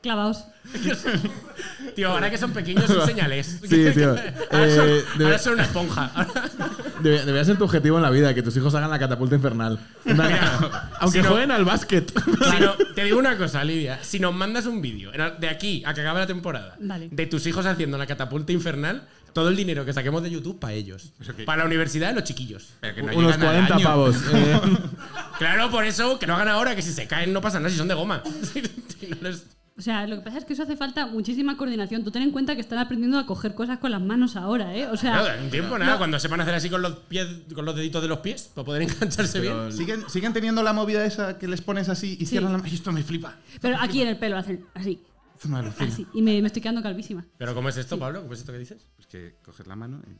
S8: Clavaos.
S2: Tío, ahora que son pequeños son señales.
S4: Sí, tío.
S2: Ahora son,
S4: Eh, de-
S2: ahora son una esponja.
S4: Debe- Debería ser tu objetivo en la vida, que tus hijos hagan la catapulta infernal. En plan, aunque
S2: si no-
S4: jueguen al básquet.
S2: Si no- te digo una cosa, Lidia. Si nos mandas un vídeo en- de aquí a que acabe la temporada
S8: Vale.
S2: de tus hijos haciendo la catapulta infernal, todo el dinero que saquemos de YouTube para ellos. Para la universidad de los chiquillos.
S4: Unos 40 pavos. Eh,
S2: Claro, por eso que no hagan ahora, que si se caen no pasa nada, si son de goma. No les-
S8: O sea, lo que pasa es que eso hace falta muchísima coordinación. Tú ten en cuenta que están aprendiendo a coger cosas con las manos ahora, ¿eh? O
S2: Claro,
S8: sea,
S2: en tiempo nada, cuando sepan hacer así con los pies, con los deditos de los pies, para poder engancharse bien.
S3: ¿Siguen, siguen teniendo la movida esa que les pones así y cierran la mano. Esto me flipa.
S8: pero aquí en el pelo hacen así,
S3: Esto me alucina.
S8: así. Y me, me estoy quedando calvísima.
S2: Pero ¿cómo es esto, Pablo? ¿Cómo es esto que dices?
S3: Es que coges la mano y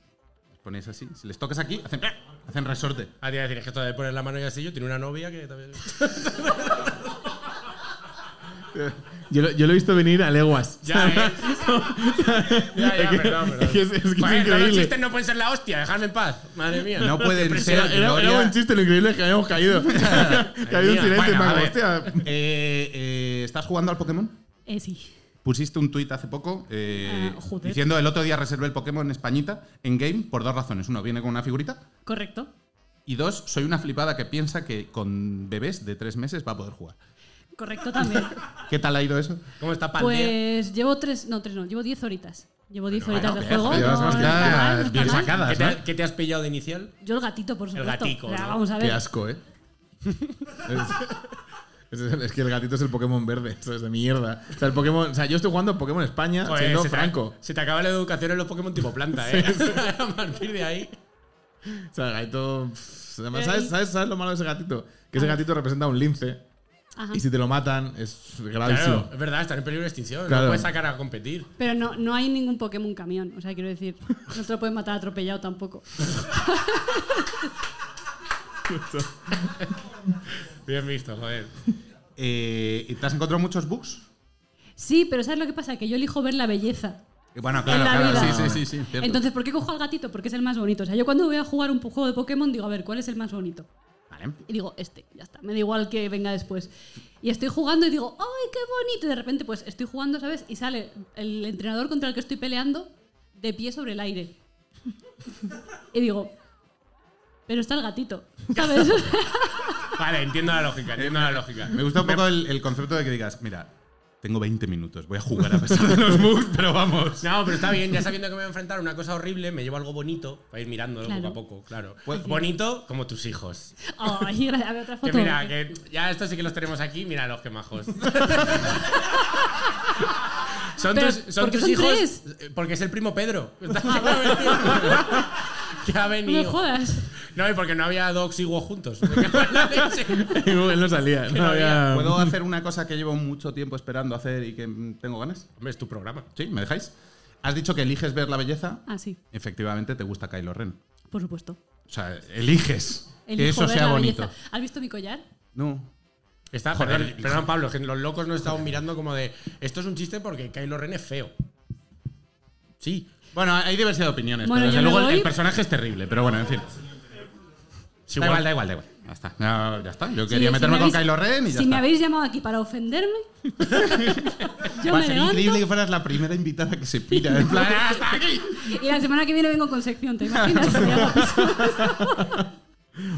S3: pones así. Si les tocas aquí, hacen, ¡ah! hacen resorte.
S2: Ah, te iba a decir, es que esto de poner la mano y así, yo tiene una novia que también.
S4: Yo lo, yo lo he visto venir a leguas.
S2: Ya, ¿eh? ya, ya,
S4: Es que-
S2: perdón, perdón.
S4: es que es- es que es
S2: Bueno,
S4: increíble.
S2: Los chistes no pueden ser la hostia, dejadme en paz. Madre mía.
S3: No pueden ser.
S4: Era, era
S3: Gloria-
S4: buen chiste, lo increíble es que habíamos caído. que ha habido un
S2: mía.
S4: silencio,
S2: Bueno,
S4: me
S2: a
S4: hago,
S2: ver.
S4: hostia.
S3: Eh, eh, ¿Estás jugando al Pokémon?
S6: Eh, sí.
S3: Pusiste un tuit hace poco eh,
S6: Ah, joder.
S3: diciendo el otro día reservé el Pokémon en Españita en game por dos razones. Uno, viene con una figurita.
S6: Correcto.
S3: Y dos, soy una flipada que piensa que con bebés de tres meses va a poder jugar.
S6: Correcto también.
S3: ¿Qué tal ha ido eso?
S2: ¿Cómo está Pandía?
S6: pues llevo tres, no, tres no, llevo diez horitas. Llevo diez horitas de
S3: bien,
S6: juego.
S3: joder,
S6: no,
S3: llevas más
S6: no
S3: que
S6: está
S3: yo.
S6: mal, no está
S3: Bien
S6: mal.
S3: sacada.
S2: ¿Qué te, qué te has pillado de inicial?
S6: Yo el gatito, por supuesto.
S2: gatico,
S6: O sea,
S2: ¿no?
S6: Vamos a
S4: Qué
S6: ver.
S4: asco, eh. Es, es- es que el gatito es el Pokémon verde, eso es de mierda. O sea, el Pokémon, o sea, yo estoy jugando Pokémon España,
S2: Joder,
S4: siendo
S2: Pues, se, te,
S4: franco.
S2: se te acaba la educación en los Pokémon tipo planta, ¿eh? A partir de ahí.
S4: O sea, el gatito. pff, además,
S6: Ey.
S4: ¿sabes, sabes, sabes lo malo de ese gatito? Que ese
S6: Ah.
S4: gatito representa un lince.
S6: Ajá.
S4: Y si te lo matan, es gravísimo.
S2: Claro, es verdad, están en peligro de extinción.
S4: Claro.
S2: No puedes sacar a competir.
S6: Pero no, no hay ningún Pokémon camión. O sea, quiero decir, no te lo puedes matar atropellado tampoco.
S2: Bien visto, joder.
S3: Eh, ¿y ¿Te has encontrado muchos bugs?
S6: Sí, pero ¿sabes lo que pasa? Que yo elijo ver la belleza.
S3: Eh, Bueno,
S6: en
S3: claro,
S6: la
S3: claro.
S6: vida.
S3: Sí, sí, sí, sí, cierto.
S6: Entonces, ¿por qué cojo al gatito? Porque es el más bonito. O sea, yo cuando voy a jugar un juego de Pokémon digo, a ver, ¿cuál es el más bonito?
S3: Vale.
S6: Y digo, este, ya está. Me da igual que venga después. Y estoy jugando y digo, ¡ay, qué bonito! Y de repente, pues estoy jugando, ¿sabes? Y sale el entrenador contra el que estoy peleando de pie sobre el aire. Y digo, pero está el gatito, ¿sabes?
S2: Vale, entiendo la lógica, entiendo la lógica.
S3: Me gusta un poco el, el concepto de que digas, mira, tengo 20 minutos, voy a jugar a pesar de los bugs, pero vamos.
S2: No, pero está bien, ya sabiendo que me voy a enfrentar a una cosa horrible, me llevo algo bonito para ir mirándolo
S6: Claro.
S2: poco a poco, claro.
S4: Pues,
S2: bonito como tus hijos.
S6: Ay, gracias. A ver, otra
S2: Que
S6: foto.
S2: mira, que ya estos sí que los tenemos aquí, mira los que majos. son
S6: Pero,
S2: tus, son
S6: ¿por qué
S2: tus
S6: son
S2: hijos.
S6: tres?
S2: eh, Porque es el primo Pedro. que ha
S6: no me
S2: venido.
S6: jodas.
S2: No, y porque no había Docs y Wo juntos.
S4: Él no salía. No Ah. había...
S3: ¿Puedo hacer una cosa que llevo mucho tiempo esperando hacer y que mm, tengo ganas?
S2: Hombre, es tu programa.
S3: ¿Sí? ¿Me dejáis? Has dicho que eliges ver la belleza.
S6: Ah, sí,
S3: Efectivamente, te gusta Kylo Ren.
S6: por supuesto.
S3: O sea, eliges que
S6: Elijo
S3: eso
S6: ver
S3: sea
S6: la
S3: bonito.
S6: belleza. ¿Has visto mi collar?
S3: No.
S2: Está,
S3: Joder.
S2: perdón, perdón, Pablo, que los locos nos estaban mirando como de. Esto es un chiste porque Kylo Ren es feo.
S3: Sí. Bueno, hay diversidad de opiniones,
S6: Bueno,
S3: pero desde
S6: yo me
S3: luego el-
S6: voy.
S3: el personaje es terrible, pero bueno, en fin.
S2: Sí,
S3: da
S2: igual.
S3: igual, da igual, da igual. Ya está. No, ya está. Yo
S6: Sí,
S3: quería
S6: si
S3: meterme
S6: me
S3: con
S6: habéis-
S3: Kylo Ren y ya
S6: Si me
S3: está.
S6: habéis llamado aquí para ofenderme, yo
S3: Va a
S6: me
S3: ser
S6: levanto
S3: increíble que fueras la primera invitada que se pira. En plan, ¡hasta aquí!
S6: y la semana que viene vengo con sección, ¿te imaginas? Ya lo aviso.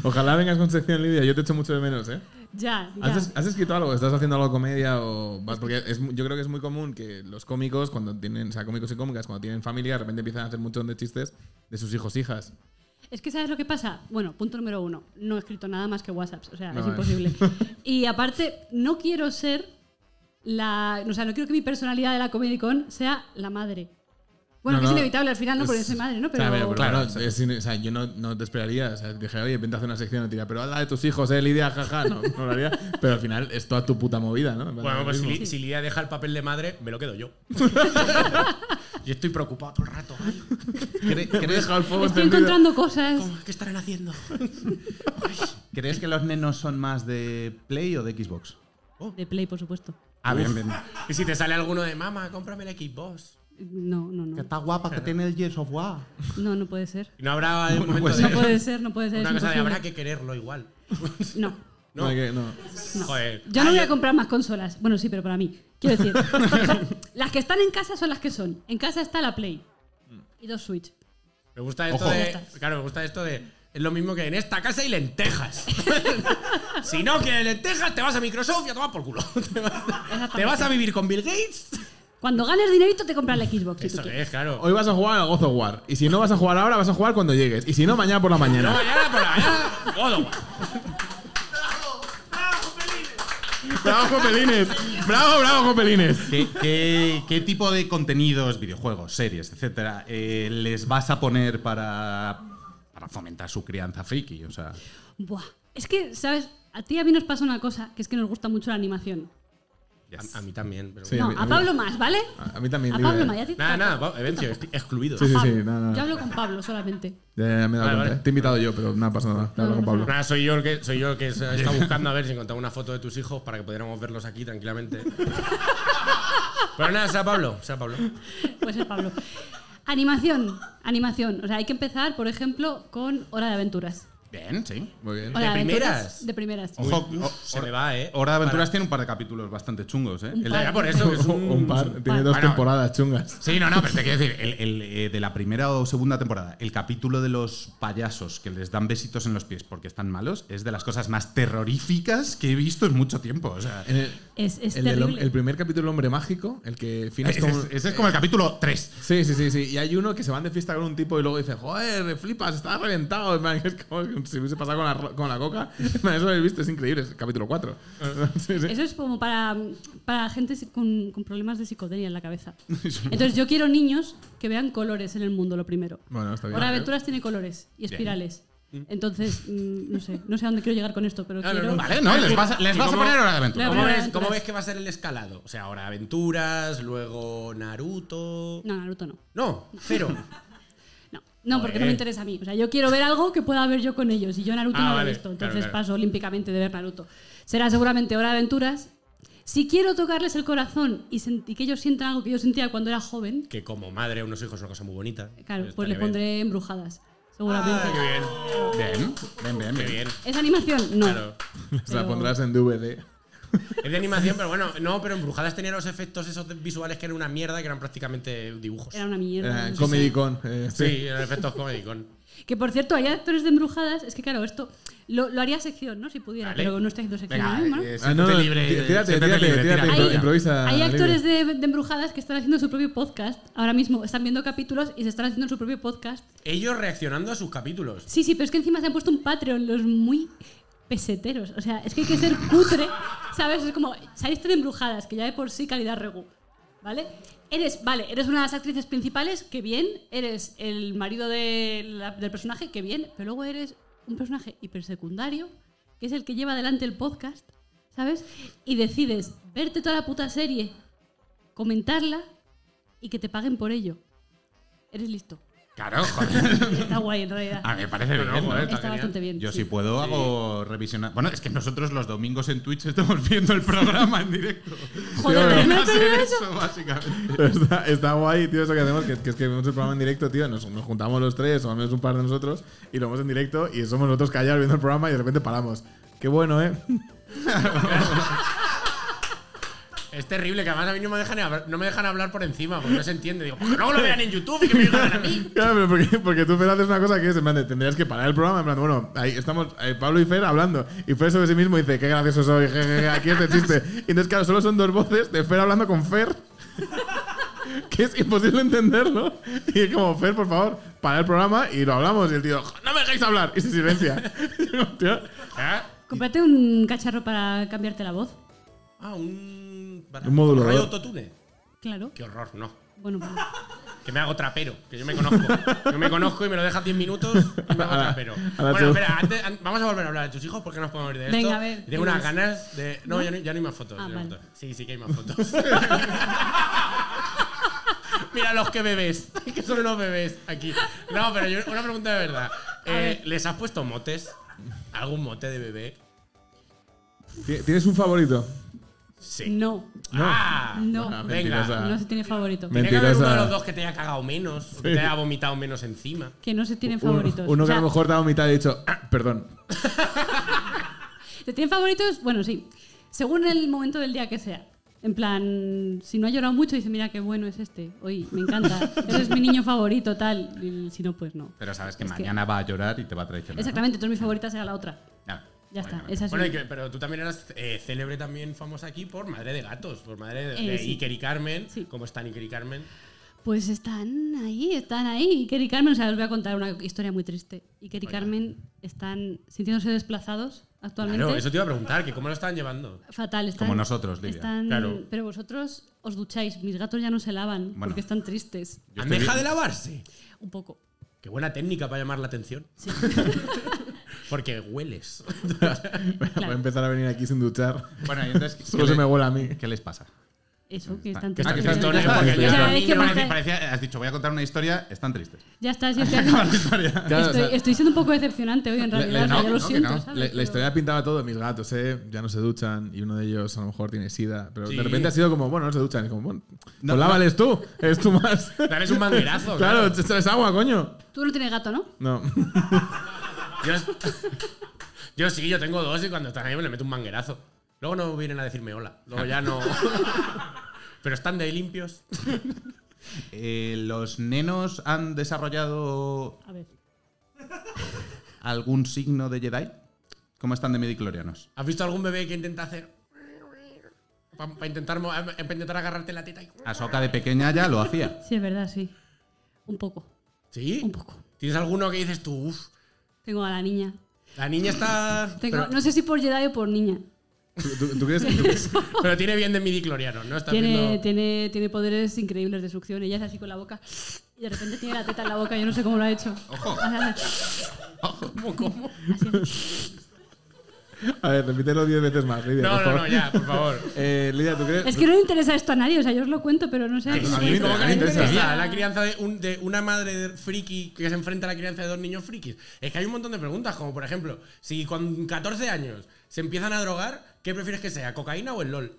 S4: Ojalá vengas con sección, Lidia. Yo te echo mucho de menos, ¿eh?
S6: ya, ya.
S4: ¿Has, has escrito algo? ¿Estás haciendo algo de comedia? O, vas- porque es mu- yo creo que es muy común que los cómicos, cuando tienen, o sea, cómicos y cómicas, cuando tienen familia, de repente empiezan a hacer muchos de chistes de sus hijos hijas.
S6: Es que ¿sabes lo que pasa? Bueno, punto número uno. No he escrito nada más que WhatsApps. O sea,
S4: No,
S6: es
S4: eh.
S6: imposible. Y aparte, no quiero ser la... O sea, no quiero que mi personalidad de la Comedy Con sea la madre. Bueno,
S4: No,
S6: que
S4: no.
S6: es inevitable al final, no porque soy madre, ¿no? Pero...
S4: Ah. Claro, pero claro, es in- o sea, yo no, no te esperaría. O sea, dije, oye, vente a hacer una sección, tira, pero habla de tus hijos, eh, Lidia, jaja. No, no lo haría. Pero al final es toda tu puta movida, ¿no?
S2: Bueno, pues si,
S4: Mismo.
S2: Li- si Lidia deja el papel de madre, me lo quedo yo. yo estoy preocupado todo el rato. Ay,
S3: ¿Cre-
S4: Me he
S3: ¿Crees,
S4: dejado el fuego
S6: Estoy
S4: encendido.
S6: encontrando cosas.
S2: ¿Qué estarán haciendo?
S3: ¿Crees que los nenos son más de Play o de Xbox?
S6: De Play, por supuesto.
S3: Ah, bien, bien.
S2: Y si te sale alguno de mamá, cómprame el Xbox.
S6: No, no, no.
S3: guapa, que tiene el Gears of War.
S6: No, no puede ser.
S2: Y no habrá un momento
S6: No
S2: de-
S6: puede ser, no puede ser.
S2: una
S6: es
S2: cosa de
S6: imposible.
S2: habrá que quererlo igual.
S6: No.
S4: No, hay que- no.
S2: Joder.
S6: Yo no
S2: Ay,
S6: voy a comprar más consolas. Bueno, sí, pero para mí. Quiero decir, o sea, las que están en casa son las que son. En casa está la Play y dos Switch.
S2: Me gusta esto
S6: Ojo.
S2: de. Claro, me gusta esto de. Es lo mismo que en esta casa hay lentejas. si no quieres lentejas, te vas a Microsoft y a tomar por culo. te, vas, te vas a vivir con Bill Gates.
S6: Cuando ganes dinerito te compras la Xbox. si tú
S2: Eso
S6: quieres.
S2: que es, claro.
S4: Hoy vas a jugar a God of War. Y si no vas a jugar ahora, vas a jugar cuando llegues. Y si no, mañana por la mañana.
S2: Mañana por la mañana, God of War.
S4: ¡Bravo, Copelines! ¡Bravo, bravo, Copelines!
S3: ¿Qué, qué, qué tipo de contenidos, videojuegos, series, etcétera, eh, les vas a poner para, para fomentar su crianza friki? O sea,
S6: Buah. Es que, ¿sabes? A ti y a mí nos pasa una cosa, que es que nos gusta mucho la animación.
S3: Yes.
S2: A, a mí también, pero
S4: Sí.
S2: bueno.
S8: No,
S4: a mí- a
S8: a
S4: mí-
S8: Pablo más, ¿vale?
S4: A, a mí también.
S8: A
S4: digo,
S8: Pablo
S4: eh.
S8: más, ya te-
S2: Nada, nada, va- Evencio, estoy excluido.
S4: Sí, sí, sí.
S8: Pablo.
S4: nada, nada.
S8: Yo hablo con Pablo solamente.
S4: Ya, ya, ya me he dado
S2: Vale,
S4: cuenta,
S2: vale.
S4: eh. Te he invitado yo, pero nada pasa nada. Te hablo con Pablo.
S2: Nada, soy yo el que soy yo el que se- está buscando a ver si encontraba una foto de tus hijos para que pudiéramos verlos aquí tranquilamente. Pero nada, sea Pablo, sea Pablo.
S8: Pues es Pablo. Animación, animación. O sea, hay que empezar, por ejemplo, con Hora de Aventuras.
S3: Bien, sí.
S4: Muy bien.
S8: Hora de
S3: primeras?
S8: Aventuras, De primeras.
S3: Ojo,
S2: Uf,
S3: o-
S2: se me va, ¿eh?
S3: Hora de Aventuras tiene un par de capítulos bastante chungos, ¿eh?
S8: Un
S3: El
S8: par.
S3: de-
S2: Ya por eso que es un,
S4: Un par. Tiene dos
S3: Bueno.
S4: temporadas chungas.
S3: Sí, no, no, pero te quiero decir, el, el, eh, de la primera o segunda temporada, el capítulo de los payasos que les dan besitos en los pies porque están malos, es de las cosas más terroríficas que he visto en mucho tiempo. O sea,
S4: En el,
S8: Es, es
S4: el, del hom-
S8: terrible.
S4: el primer capítulo, Hombre Mágico, el que Finn es
S3: ese,
S4: como.
S3: es, ese es como el capítulo 3.
S4: Sí, sí, sí, sí. Y hay uno que se van de fiesta con un tipo y luego dice, joder, flipas, está reventado. En plan, Es como que si hubiese pasado con la, ro- con la coca. En plan, Eso lo he visto, es increíble, es el capítulo 4. Sí, sí.
S8: Eso es como para, para gente si- con, con problemas de psicodelia en la cabeza. Entonces yo quiero niños que vean colores en el mundo, lo primero.
S4: Bueno, está bien.
S8: Hora de Aventuras tiene colores y espirales. Entonces, mm, no sé, no sé a dónde quiero llegar con esto, pero
S2: No, no,
S8: quiero...
S2: no,
S3: Vale, no, les vas, a- les
S2: ¿Y
S3: vas a
S2: cómo-
S3: poner hora de aventura.
S8: Claro,
S2: ¿Cómo
S8: pero
S2: ves,
S8: aventuras.
S2: cómo ves que va a ser el escalado? O sea, ahora aventuras, luego Naruto.
S8: No, Naruto no.
S2: No, cero.
S8: No, no, porque no
S2: Joder.
S8: me interesa a mí. O sea, yo quiero ver algo que pueda ver yo con ellos. Y yo Naruto
S2: Ah,
S8: no lo
S2: vale,
S8: he visto.
S2: claro,
S8: Entonces
S2: claro.
S8: paso olímpicamente de ver Naruto. Será seguramente Hora de Aventuras. Si quiero tocarles el corazón y, sent- y que ellos sientan algo que yo sentía cuando era joven,
S2: que como madre a unos hijos es una cosa muy bonita.
S8: claro,
S2: Estaría
S8: pues les
S2: bien.
S8: pondré embrujadas. Seguramente.
S2: Ah, qué bien.
S3: Bien, bien, bien.
S2: Qué
S3: bien.
S2: bien.
S8: ¿Es animación? No.
S2: Claro.
S4: Se la
S8: Pero-
S4: pondrás en DVD.
S2: Es de animación, pero bueno, no, pero Embrujadas tenía los efectos esos de- visuales que eran una mierda, que eran prácticamente dibujos.
S8: Era una mierda.
S4: Eh,
S8: no sé.
S4: Comedy Con. eh,
S2: Sí, eran efectos comedicón.
S8: Que por cierto, hay actores de embrujadas. Es que claro, esto lo, lo haría sección, ¿no? Si pudiera,
S3: Vale.
S8: pero no está haciendo sección
S3: Venga,
S8: ahora mismo, ¿no?
S3: eh,
S4: Ah, no,
S3: siéntete libre.
S4: tí- tírate,
S3: siéntete
S4: tírate,
S3: libre,
S4: tírate,
S3: tira.
S4: impro-
S8: Hay,
S4: improvisa.
S8: hay
S4: libre.
S8: actores de, de embrujadas que están haciendo su propio podcast ahora mismo. Están viendo capítulos y se están haciendo su propio podcast.
S2: Ellos reaccionando a sus capítulos.
S8: Sí, sí, pero es que encima se han puesto un Patreon, los muy peseteros. O sea, es que hay que ser cutre, ¿sabes? Es como, saliste de embrujadas, que ya de por sí calidad regu, ¿vale? Eres, vale, eres una de las actrices principales, que bien. Eres el marido de la- del personaje, que bien. Pero luego eres un personaje hipersecundario, que es el que lleva adelante el podcast, ¿sabes? Y decides verte toda la puta serie, comentarla y que te paguen por ello. Eres listo.
S3: Claro, joder.
S8: Está guay en realidad.
S3: A mí Ah, me parece
S2: No, no,
S3: bien. ¿no?
S2: joder,
S8: Está
S2: genial.
S8: bastante bien.
S3: Yo
S8: sí.
S3: si puedo hago revisionar. Bueno, es que nosotros los domingos en Twitch estamos viendo el programa en directo.
S8: Joder, pero no he
S3: Hacer
S8: perdido eso.
S3: eso, básicamente.
S4: Pero está, está guay, tío, eso que hacemos, que, que es que vemos el programa en directo, tío, nos, nos juntamos los tres, o al menos un par de nosotros, y lo vemos en directo, y somos nosotros callados viendo el programa y de repente paramos. Qué bueno, ¿eh?
S2: Es terrible, que además a mí no me dejan, hablar- no me dejan hablar por encima, porque no se entiende. Digo, "Pues que luego lo vean en YouTube y que me digan a mí.
S4: Claro, pero porque, porque tú, Fer, haces una cosa que es, en plan, de, tendrías que parar el programa, en plan, bueno, ahí estamos eh, Pablo y Fer hablando, y Fer sobre sí mismo dice, qué gracioso soy, jejeje, aquí este chiste. Y entonces, claro, solo son dos voces de Fer hablando con Fer, que es imposible entenderlo, y es como, Fer, por favor, para el programa, y lo hablamos, y el tío, no me dejéis hablar, y se silencia. Tío,
S3: ¿Eh?
S2: ¿Ah?
S8: Cómprate un cacharro para cambiarte la voz.
S2: Ah, un.
S4: Un módulo,
S2: rayo
S4: ¿verdad?
S2: autotune.
S8: Claro.
S2: Qué horror, no.
S8: Bueno, bueno.
S2: Que me hago trapero, que yo me conozco. Yo me conozco y me lo dejas 10 minutos y me hago
S4: A la-
S2: trapero.
S4: a la
S2: Bueno,
S4: segunda.
S2: espera, antes- an- vamos a volver a hablar de tus hijos porque nos podemos ir de esto.
S8: Venga, a ver,
S2: Tengo unas
S8: dinos.
S2: ganas de. No, ya no, ya no hay más fotos.
S8: Ah,
S2: ya no hay
S8: vale.
S2: fotos. Sí, sí que hay más fotos. Mira los que bebés, que son unos bebés aquí. No, pero yo, una pregunta de verdad. Eh, ¿Les has puesto motes? ¿Algún mote de bebé?
S4: ¿Ti- ¿Tienes un favorito?
S2: Sí.
S8: No,
S2: Ah,
S8: no.
S4: Ah,
S2: Venga.
S4: mentirosa.
S8: No se tiene favorito.
S4: Me-
S2: Tiene que haber uno
S4: Mentirosa.
S2: de los dos que te haya cagado menos, o que te haya vomitado menos encima.
S8: Que no se tienen
S4: Uno-
S8: favoritos.
S4: Uno,
S8: O
S4: que
S8: sea,
S4: a lo mejor te ha vomitado y ha dicho, "Ah, perdón.
S8: ¿Se tienen favoritos? Bueno, sí. Según el momento del día que sea. En plan, si no ha llorado mucho, dice, mira qué bueno es este. Hoy, me encanta. Ese es mi niño favorito, tal. Y si no, pues no.
S3: Pero sabes que
S8: Es que-
S3: mañana va a llorar y te va a traicionar. ¿no?
S8: Exactamente, entonces mi favorita será la otra.
S3: Ya,
S8: Ya está,
S3: Bueno,
S8: esa es
S2: Bueno,
S8: mi-
S2: y que- pero tú también eras eh, célebre también famosa aquí por Madre de Gatos, por Madre de,
S8: Eh,
S2: de
S8: sí.
S2: Iker y Carmen.
S8: Sí.
S2: ¿Cómo están Iker y Carmen?
S8: Pues están ahí, están ahí. Iker y Carmen, o sea, os voy a contar una historia muy triste. Iker y Carmen están sintiéndose desplazados actualmente.
S2: Claro, eso te iba a preguntar, que cómo lo estaban llevando.
S8: Fatal, están,
S3: Como nosotros, Lidia.
S8: están-
S2: Claro.
S8: Pero vosotros os ducháis, mis gatos ya no se lavan
S3: Bueno.
S8: porque están tristes.
S3: Yo
S2: ¿Han
S3: estoy
S2: dejado
S3: bien.
S2: de lavarse?
S8: Un poco.
S2: Qué buena técnica para llamar la atención.
S8: Sí.
S2: Porque hueles.
S4: Voy a empezar a venir aquí sin duchar.
S3: Bueno, y entonces. ¿qué-
S4: Solo
S3: qué
S4: se
S3: le-
S4: me huele a mí.
S3: ¿Qué les pasa? Ah,
S8: Eso, que están
S2: que están
S8: tristes.
S2: tristones,
S8: Ya está,
S2: porque
S8: ya
S2: ya-
S8: es que me
S3: Parecía-
S8: hace-
S3: parecía- has dicho, voy a contar una historia, están tristes.
S8: Ya está, si es que estoy,
S4: Claro, o sea,
S8: estoy siendo un poco decepcionante hoy en
S4: Le- le-
S8: realidad, o sea,
S4: no,
S8: ya
S4: que
S8: lo
S4: no, que
S8: siento.
S4: no.
S8: ¿sabes?
S4: Le-
S8: Pero-
S4: la historia pintaba todo. Mis gatos, ¿eh? Ya no se duchan y uno de ellos a lo mejor tiene sida. Pero
S2: Sí.
S4: de repente ha sido como, bueno, no se duchan. Y como, bueno,
S3: No,
S4: pues
S3: no.
S4: lávales tú. Es tú más.
S2: Dales un manguerazo.
S4: claro, esto es agua, coño.
S8: Tú no tienes gato, ¿no?
S4: No.
S2: Yo, yo sí, yo tengo dos y cuando están ahí me le meto un manguerazo. Luego no vienen a decirme hola. Luego ya no. Pero están de ahí limpios.
S3: Eh, ¿Los nenos han desarrollado
S8: A ver.
S3: algún signo de Jedi? ¿Cómo están de mediclorianos?
S2: ¿Has visto algún bebé que intenta hacer? Para intentar, mo- em, pa intentar agarrarte la teta. y-
S3: Ahsoka de pequeña ya lo hacía.
S8: Sí, es verdad, sí. Un poco,
S2: ¿Sí?
S8: un poco.
S2: ¿Tienes alguno que dices tú, uff,
S8: Tengo a la niña.
S2: la niña está.
S8: Tengo-
S2: Pero,
S8: no sé si por Jedi o por niña.
S4: ¿Tú, tú- tú crees que.?
S2: pero tiene bien de midicloriano, ¿no? Está
S8: Tiene,
S2: haciendo-
S8: tiene, tiene poderes increíbles de succión. Ella es así con la boca. Y de repente tiene la teta en la boca. Yo no sé cómo lo ha hecho.
S3: Ojo.
S8: Así,
S2: ¿Cómo, cómo?
S8: así.
S4: A ver, repítelo 10 veces más, Lidia.
S2: No,
S4: por
S2: no,
S4: favor.
S2: no, ya, por favor.
S4: Eh, Lidia, ¿tú crees?
S8: Es que no le interesa esto a nadie. O sea, yo os lo cuento, pero no sé. a quién
S2: Sí,
S8: le
S4: mí me
S2: ¿cómo
S4: interesa,
S2: que le
S4: a mí me
S2: interesa?
S8: interesa.
S2: La crianza de, un- de una madre de friki que se enfrenta a la crianza de dos niños frikis. Es que hay un montón de preguntas, como por ejemplo, si con 14 años se empiezan a drogar, ¿qué prefieres que sea, cocaína o el LOL?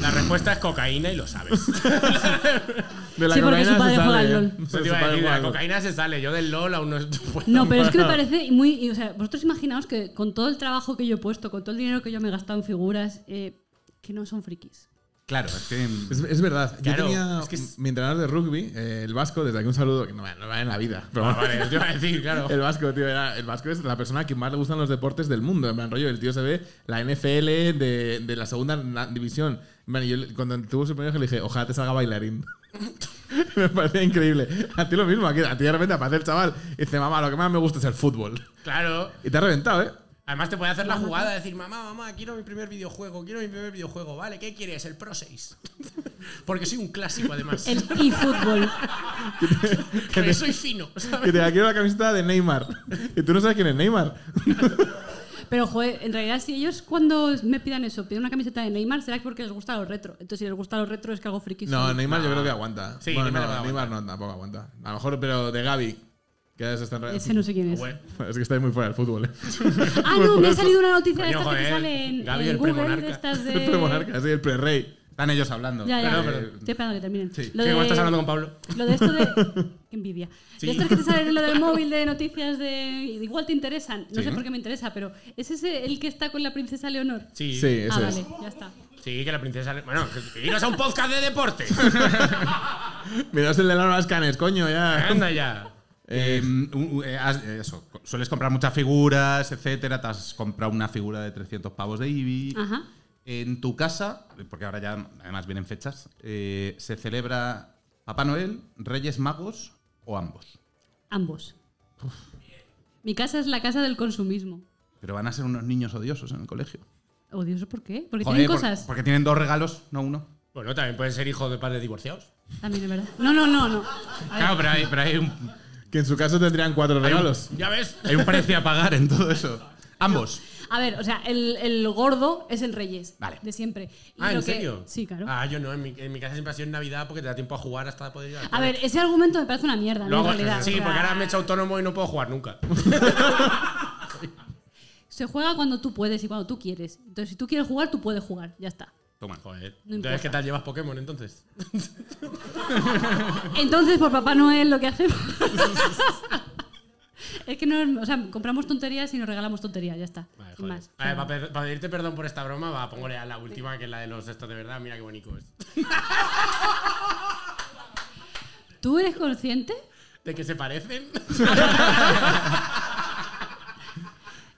S2: La respuesta es cocaína y lo sabes.
S4: De la
S8: Sí, porque
S4: cocaína
S8: su padre
S4: se
S8: juega
S4: sale,
S8: al
S4: ¿eh?
S8: LOL.
S2: Eso
S4: Su
S2: Pues te iba a
S4: padre juega
S2: decir, la
S4: al LOL.
S2: cocaína se sale, yo del LOL aún no puedo.
S8: No, pero es que me parece muy. y, o sea, vosotros imaginaos que con todo el trabajo que yo he puesto, con todo el dinero que yo me he gastado en figuras, eh, que no son frikis.
S3: Claro, es que.
S4: Es, es verdad. Yo
S2: Claro,
S4: tenía
S2: es que es-
S4: mi entrenador de rugby, eh, el vasco, desde aquí un saludo, que no, me- no me vale en la vida. Pero
S2: Ah, vale, yo te iba a decir, claro.
S4: El vasco, tío, era, el vasco es la persona que más le gustan los deportes del mundo. En plan, rollo, el tío se ve la NFL de, de la segunda na- división. En plan, y yo le- cuando tuvo su primer hijo le dije, ojalá te salga bailarín. me parecía increíble. A ti lo mismo, aquí- a ti de repente aparece el chaval y dice, mamá, lo que más me gusta es el fútbol.
S2: Claro.
S4: Y te ha reventado, ¿eh?
S2: Además te puede hacer la jugada, de decir, mamá, mamá, quiero mi primer videojuego, quiero mi primer videojuego, vale, ¿qué quieres? El Pro 6. Porque soy un clásico además.
S8: El eFootball.
S2: Porque soy fino, ¿sabes?
S4: Que te quiero la camiseta de Neymar. Y tú no sabes quién es Neymar.
S8: Pero, joder, en realidad, si ellos cuando me pidan eso, piden una camiseta de Neymar, será porque les gusta los retro. Entonces, si les gusta los retro, es que algo friki.
S4: No,
S8: son.
S4: Neymar yo creo que aguanta.
S2: Sí,
S4: bueno,
S2: Neymar
S4: no,
S2: le va a
S4: Neymar no, tampoco aguanta. A lo mejor, pero de Gaby. Que ya se está enredando.
S8: Ese no sé quién es.
S2: Bueno,
S4: Es que estáis muy fuera del fútbol, ¿eh?
S8: Ah, no, me ha salido una noticia de
S2: Coño,
S8: estas que te
S2: joder.
S8: sale en,
S2: Gaby,
S8: en
S2: el
S8: Google
S2: premonarca.
S8: de estas de.
S4: El premonarca, sí, el pre-rey.
S3: Están ellos hablando.
S8: Ya, ya.
S2: Perdón,
S8: Eh,
S2: perdón.
S8: Estoy esperando que terminen. Lo
S2: Sí,
S8: de-
S2: ¿cómo estás hablando con Pablo?
S8: Lo de esto de. Qué envidia.
S2: Sí.
S8: De esto que te sale en lo del móvil de noticias de. Igual te interesan. No sé por qué me interesa, pero. ¿Es ese el que está con la princesa Leonor?
S2: Sí,
S4: Sí, ese
S8: ah,
S4: es.
S8: vale, ya está.
S2: sí, que la princesa... Bueno, que- que iros a un podcast de deporte.
S4: Miraos el de Laura Canes, coño, ya.
S2: Anda ya.
S3: Eh, u- u- eh, has- eh, eso, co- sueles comprar muchas figuras, etcétera. Te has comprado una figura de 300 pavos de Eevee.
S8: Ajá.
S3: En tu casa, porque ahora ya además vienen fechas, eh, ¿se celebra Papá Noel, Reyes Magos o ambos?
S8: Ambos. Mi casa es la casa del consumismo.
S3: Pero van a ser unos niños odiosos en el colegio.
S8: Odioso, ¿por qué? Porque
S3: Joder,
S8: tienen
S3: por-
S8: cosas.
S3: porque tienen dos regalos, no uno.
S2: Bueno, también pueden ser hijos de padres divorciados.
S8: También es verdad. No, no, no, no. A ver,
S3: Claro, pero hay, pero hay un,
S4: Que en su caso tendrían cuatro regalos.
S2: Ya ves.
S3: hay un precio a pagar en todo eso. Ambos.
S8: a ver, o sea, el, el gordo es el Reyes.
S3: Vale.
S8: De siempre. Y
S2: Ah,
S8: lo
S2: ¿en
S8: que-
S2: serio?
S8: Sí, claro.
S2: Ah, yo no, en mi, en mi casa siempre ha sido en Navidad porque te da tiempo a jugar hasta poder ir al
S8: A
S2: cole.
S8: ver, ese argumento me parece una mierda, ¿no?
S2: Luego-
S8: Ah, en realidad.
S2: sí,
S8: O sea,
S2: porque ahora me he hecho autónomo y no puedo jugar nunca.
S8: Se juega cuando tú puedes y cuando tú quieres. Entonces, si tú quieres jugar, tú puedes jugar. Ya está.
S3: Toma.
S2: Joder.
S8: No
S2: Entonces,
S8: importa.
S2: ¿qué tal llevas Pokémon entonces?
S8: Entonces, por Papá Noel, lo que hacemos. es que no. O sea, compramos tonterías y nos regalamos tonterías. Ya está.
S2: Vale,
S8: Sin
S2: joder.
S8: más.
S2: Vale, para, pe- para pedirte perdón por esta broma, va, póngole a la última, que es la de los estos de verdad. Mira qué bonito es.
S8: ¿Tú eres consciente?
S2: ¿De que se parecen?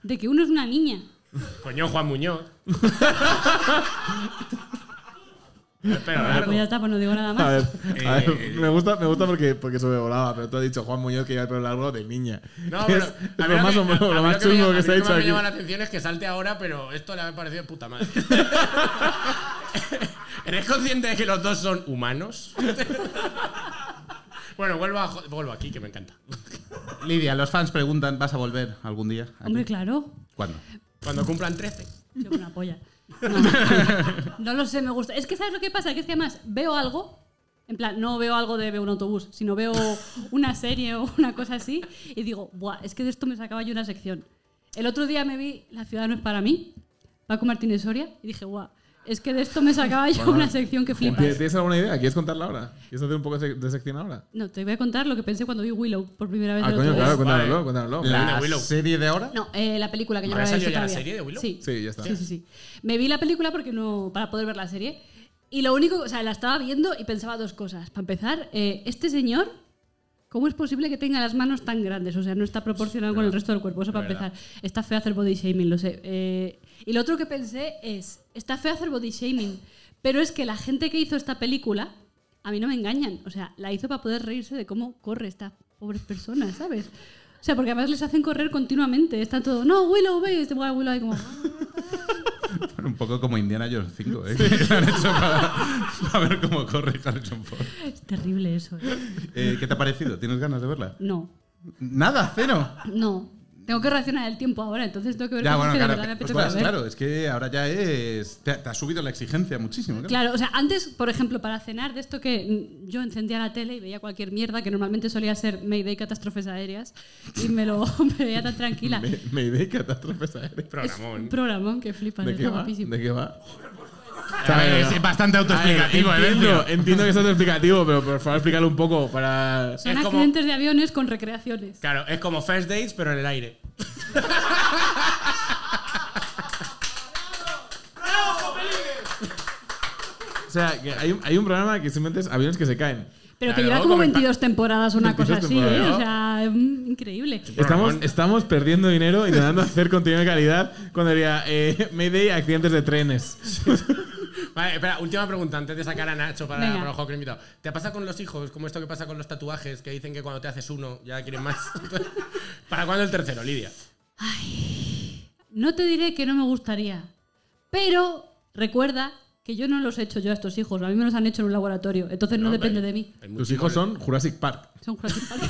S8: de que uno es una niña.
S2: Coño, Juan Muñoz. Pero
S8: Bueno,
S2: largo.
S8: pues ya está, pues no digo nada más.
S4: A ver, a
S3: Eh.
S4: ver, me gusta, me gusta porque, porque sobrevolaba, pero tú has dicho Juan Muñoz que lleva el pelo largo de niña.
S2: No,
S4: Que
S2: pero
S4: es, es
S2: a mí
S4: lo más,
S2: que-
S4: homo-
S2: a mí
S4: lo más
S2: que me-
S4: chungo
S2: a mí
S4: que se ha
S2: lo
S4: hecho
S2: más me
S4: aquí.
S2: llama la atención es que salte ahora, pero esto le ha parecido de puta madre. ¿Eres consciente de que los dos son humanos? Bueno, vuelvo, a, jo- vuelvo aquí, que me encanta.
S3: Lidia, los fans preguntan, ¿vas a volver algún día? aquí?
S8: Hombre, claro.
S3: ¿Cuándo?
S2: Cuando cumplan 13.
S8: Soy una polla. No, No lo sé, me gusta. Es que ¿sabes lo que pasa? Que es que además veo algo, en plan, no veo algo de veo un autobús, sino veo una serie o una cosa así y digo, buah, es que de esto me sacaba yo una sección. El otro día me vi La ciudad no es para mí, Paco Martínez Soria, y dije, guau, es que de esto me sacaba yo una sección que flipas.
S4: ¿Tienes alguna idea? ¿Quieres contarla ahora? ¿Quieres hacer un poco de sec- de sección ahora?
S8: No, te voy a contar lo que pensé cuando vi Willow por primera vez.
S4: Ah,
S8: el
S4: coño,
S8: otro día.
S4: claro,
S2: vale.
S4: cuéntanoslo, cuéntanoslo.
S2: de
S3: ¿La
S2: Willow.
S3: serie de ahora?
S8: No, eh, la película que yo no
S2: ¿Había
S8: había
S2: salido
S8: visto
S2: ya la
S8: todavía.
S2: serie de Willow?
S8: Sí.
S4: Sí, ya está.
S8: Sí, sí, sí. Me vi la película porque no, para poder ver la serie. Y lo único, o sea, la estaba viendo y pensaba dos cosas. Para empezar, eh, este señor, ¿cómo es posible que tenga las manos tan grandes? O sea, no está proporcionado con el resto del cuerpo. Eso para empezar. Está feo hacer body shaming, lo sé. Eh, y lo otro que pensé es, está feo hacer body shaming, pero es que la gente que hizo esta película, a mí no me engañan. O sea, la hizo para poder reírse de cómo corre esta pobre persona, ¿sabes? O sea, porque además les hacen correr continuamente. Está todo, no, Willow, ve. Y este guay, Willow ahí como...
S3: Un poco como Indiana Jones 5, ¿eh? Que han hecho para, para ver cómo corre Harrison Ford.
S8: Es terrible eso. ¿eh?
S3: Eh, ¿Qué te ha parecido? ¿Tienes ganas de verla?
S8: No,
S3: Nada, cero.
S8: no. Tengo que racionar el tiempo ahora, entonces tengo que ver
S3: Ya, bueno,
S8: cosas que de
S3: claro.
S8: verdad me
S3: pues
S8: apetece
S3: claro,
S8: ver.
S3: claro, es que ahora ya es. Te, te ha subido la exigencia muchísimo. claro.
S8: Claro, o sea, antes, por ejemplo, para cenar, de esto que mm, yo encendía la tele y veía cualquier mierda, que normalmente solía ser Mayday Catástrofes Aéreas, y me lo me veía tan tranquila.
S4: Me, me idea catástrofes aéreas.
S8: Es un
S2: Programón.
S8: programón que flipas,
S4: ¿De qué
S8: está
S4: va?
S8: guapísimo.
S4: ¿De qué va?
S3: A ver, es bastante autoexplicativo, ¿eh?
S4: Ah, entiendo,
S3: Bencio?
S4: entiendo que es autoexplicativo, pero por favor explícalo un poco para...
S8: Son
S2: Es como-
S8: accidentes de aviones con recreaciones.
S2: Claro, es como First Dates, pero en el aire.
S4: O sea, que hay, un- hay un programa que simplemente es aviones que se caen.
S8: Pero que
S2: Claro,
S8: lleva como
S2: como en pa-
S8: 22 temporadas o una
S4: 22
S8: cosa así, ¿eh?
S4: temporadas.
S8: O sea, mm, increíble.
S4: Estamos, estamos perdiendo dinero intentando hacer contenido de calidad cuando diría eh, Mayday accidentes de trenes.
S2: Vale, espera, última pregunta antes de sacar a Nacho para,
S8: Venga.
S2: para el juego que le he invitado. ¿Te pasa con los hijos, como esto que pasa con los tatuajes, que dicen que cuando te haces uno ya quieren más? ¿Para cuándo el tercero, Lidia?
S8: No te diré que no me gustaría, pero recuerda que yo no los he hecho yo a estos hijos, a mí me los han hecho en un laboratorio, entonces no,
S2: No,
S8: depende
S2: hombre.
S8: de mí.
S4: Tus
S2: Hay muchísimo-
S4: hijos son Jurassic Park.
S8: Son Jurassic Park.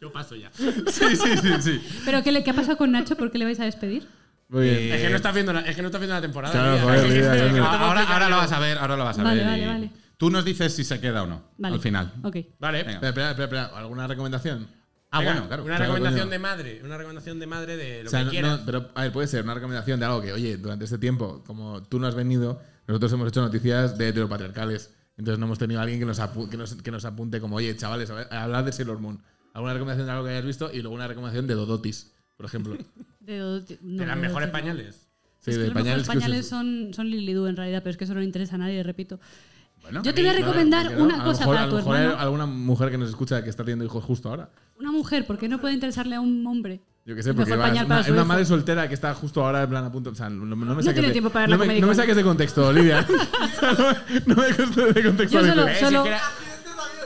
S2: Yo paso ya.
S8: Eh,
S3: Sí, sí, sí. sí.
S8: ¿Pero qué, le, qué ha pasado con Nacho? ¿Por qué le vais a despedir?
S4: Muy
S3: Eh,
S4: bien.
S2: Es que no está viendo la, es que no está viendo la temporada.
S4: Claro,
S2: Lidia.
S4: joder,
S2: Es que-
S4: Lidia,
S2: es que
S4: coño.
S2: no te puedo
S3: Ahora,
S2: explicar
S3: ahora lo
S2: yo.
S3: vas a ver, ahora lo vas a
S8: Vale,
S3: ver.
S8: vale,
S3: y-
S8: vale.
S3: Tú nos dices si se queda o no.
S8: Vale.
S3: Al final.
S8: Ok.
S2: Vale.
S3: Venga.
S4: Espera, espera, espera, espera. ¿Alguna recomendación?
S3: Ah,
S2: Venga,
S3: bueno, claro.
S2: Una
S4: claro,
S2: recomendación
S4: coño.
S2: de madre. Una recomendación de madre de lo
S4: O sea,
S2: que
S4: no-
S2: quieras.
S4: no, pero a ver, puede ser una recomendación de algo que, oye, durante este tiempo, como tú no has venido, nosotros hemos hecho noticias de heteropatriarcales. Entonces no hemos tenido a alguien que nos, apu- que nos, que nos apunte como, oye, chavales, a ver, hablad de Sailor Moon. Alguna recomendación de algo que hayas visto y luego una recomendación de Dodotis, por ejemplo.
S8: De, do- no,
S2: de las
S8: de
S2: mejores
S8: do-
S2: pañales.
S4: Sí,
S8: es que
S4: de
S8: los pañales,
S4: pañales que
S8: pañales
S4: uses.
S8: son, son Lily Doo en realidad, pero es que eso no le interesa a nadie, repito.
S3: Bueno,
S8: Yo te voy a recomendar
S4: Claro,
S8: una
S4: a lo
S8: cosa
S4: mejor-
S8: para
S4: a
S8: tu
S4: lo mejor hay
S8: hermano.
S4: alguna mujer que nos escucha que está teniendo hijos justo ahora.
S8: Una mujer, ¿por qué no puede interesarle a un hombre?
S4: Yo qué sé,
S8: El
S4: porque
S8: mejor
S4: va, es
S8: pañal para
S4: una,
S8: su
S4: es una
S8: hijo.
S4: madre soltera que está justo ahora en plan a punto. O sea, no, no me saques
S8: tiene
S4: de,
S8: tiempo para ver
S4: no
S8: la
S4: me,
S8: comedia
S4: no me
S8: con-
S4: saques de contexto, Olivia. O sea, no, no me
S8: Yo solo,
S4: contexto.
S8: solo,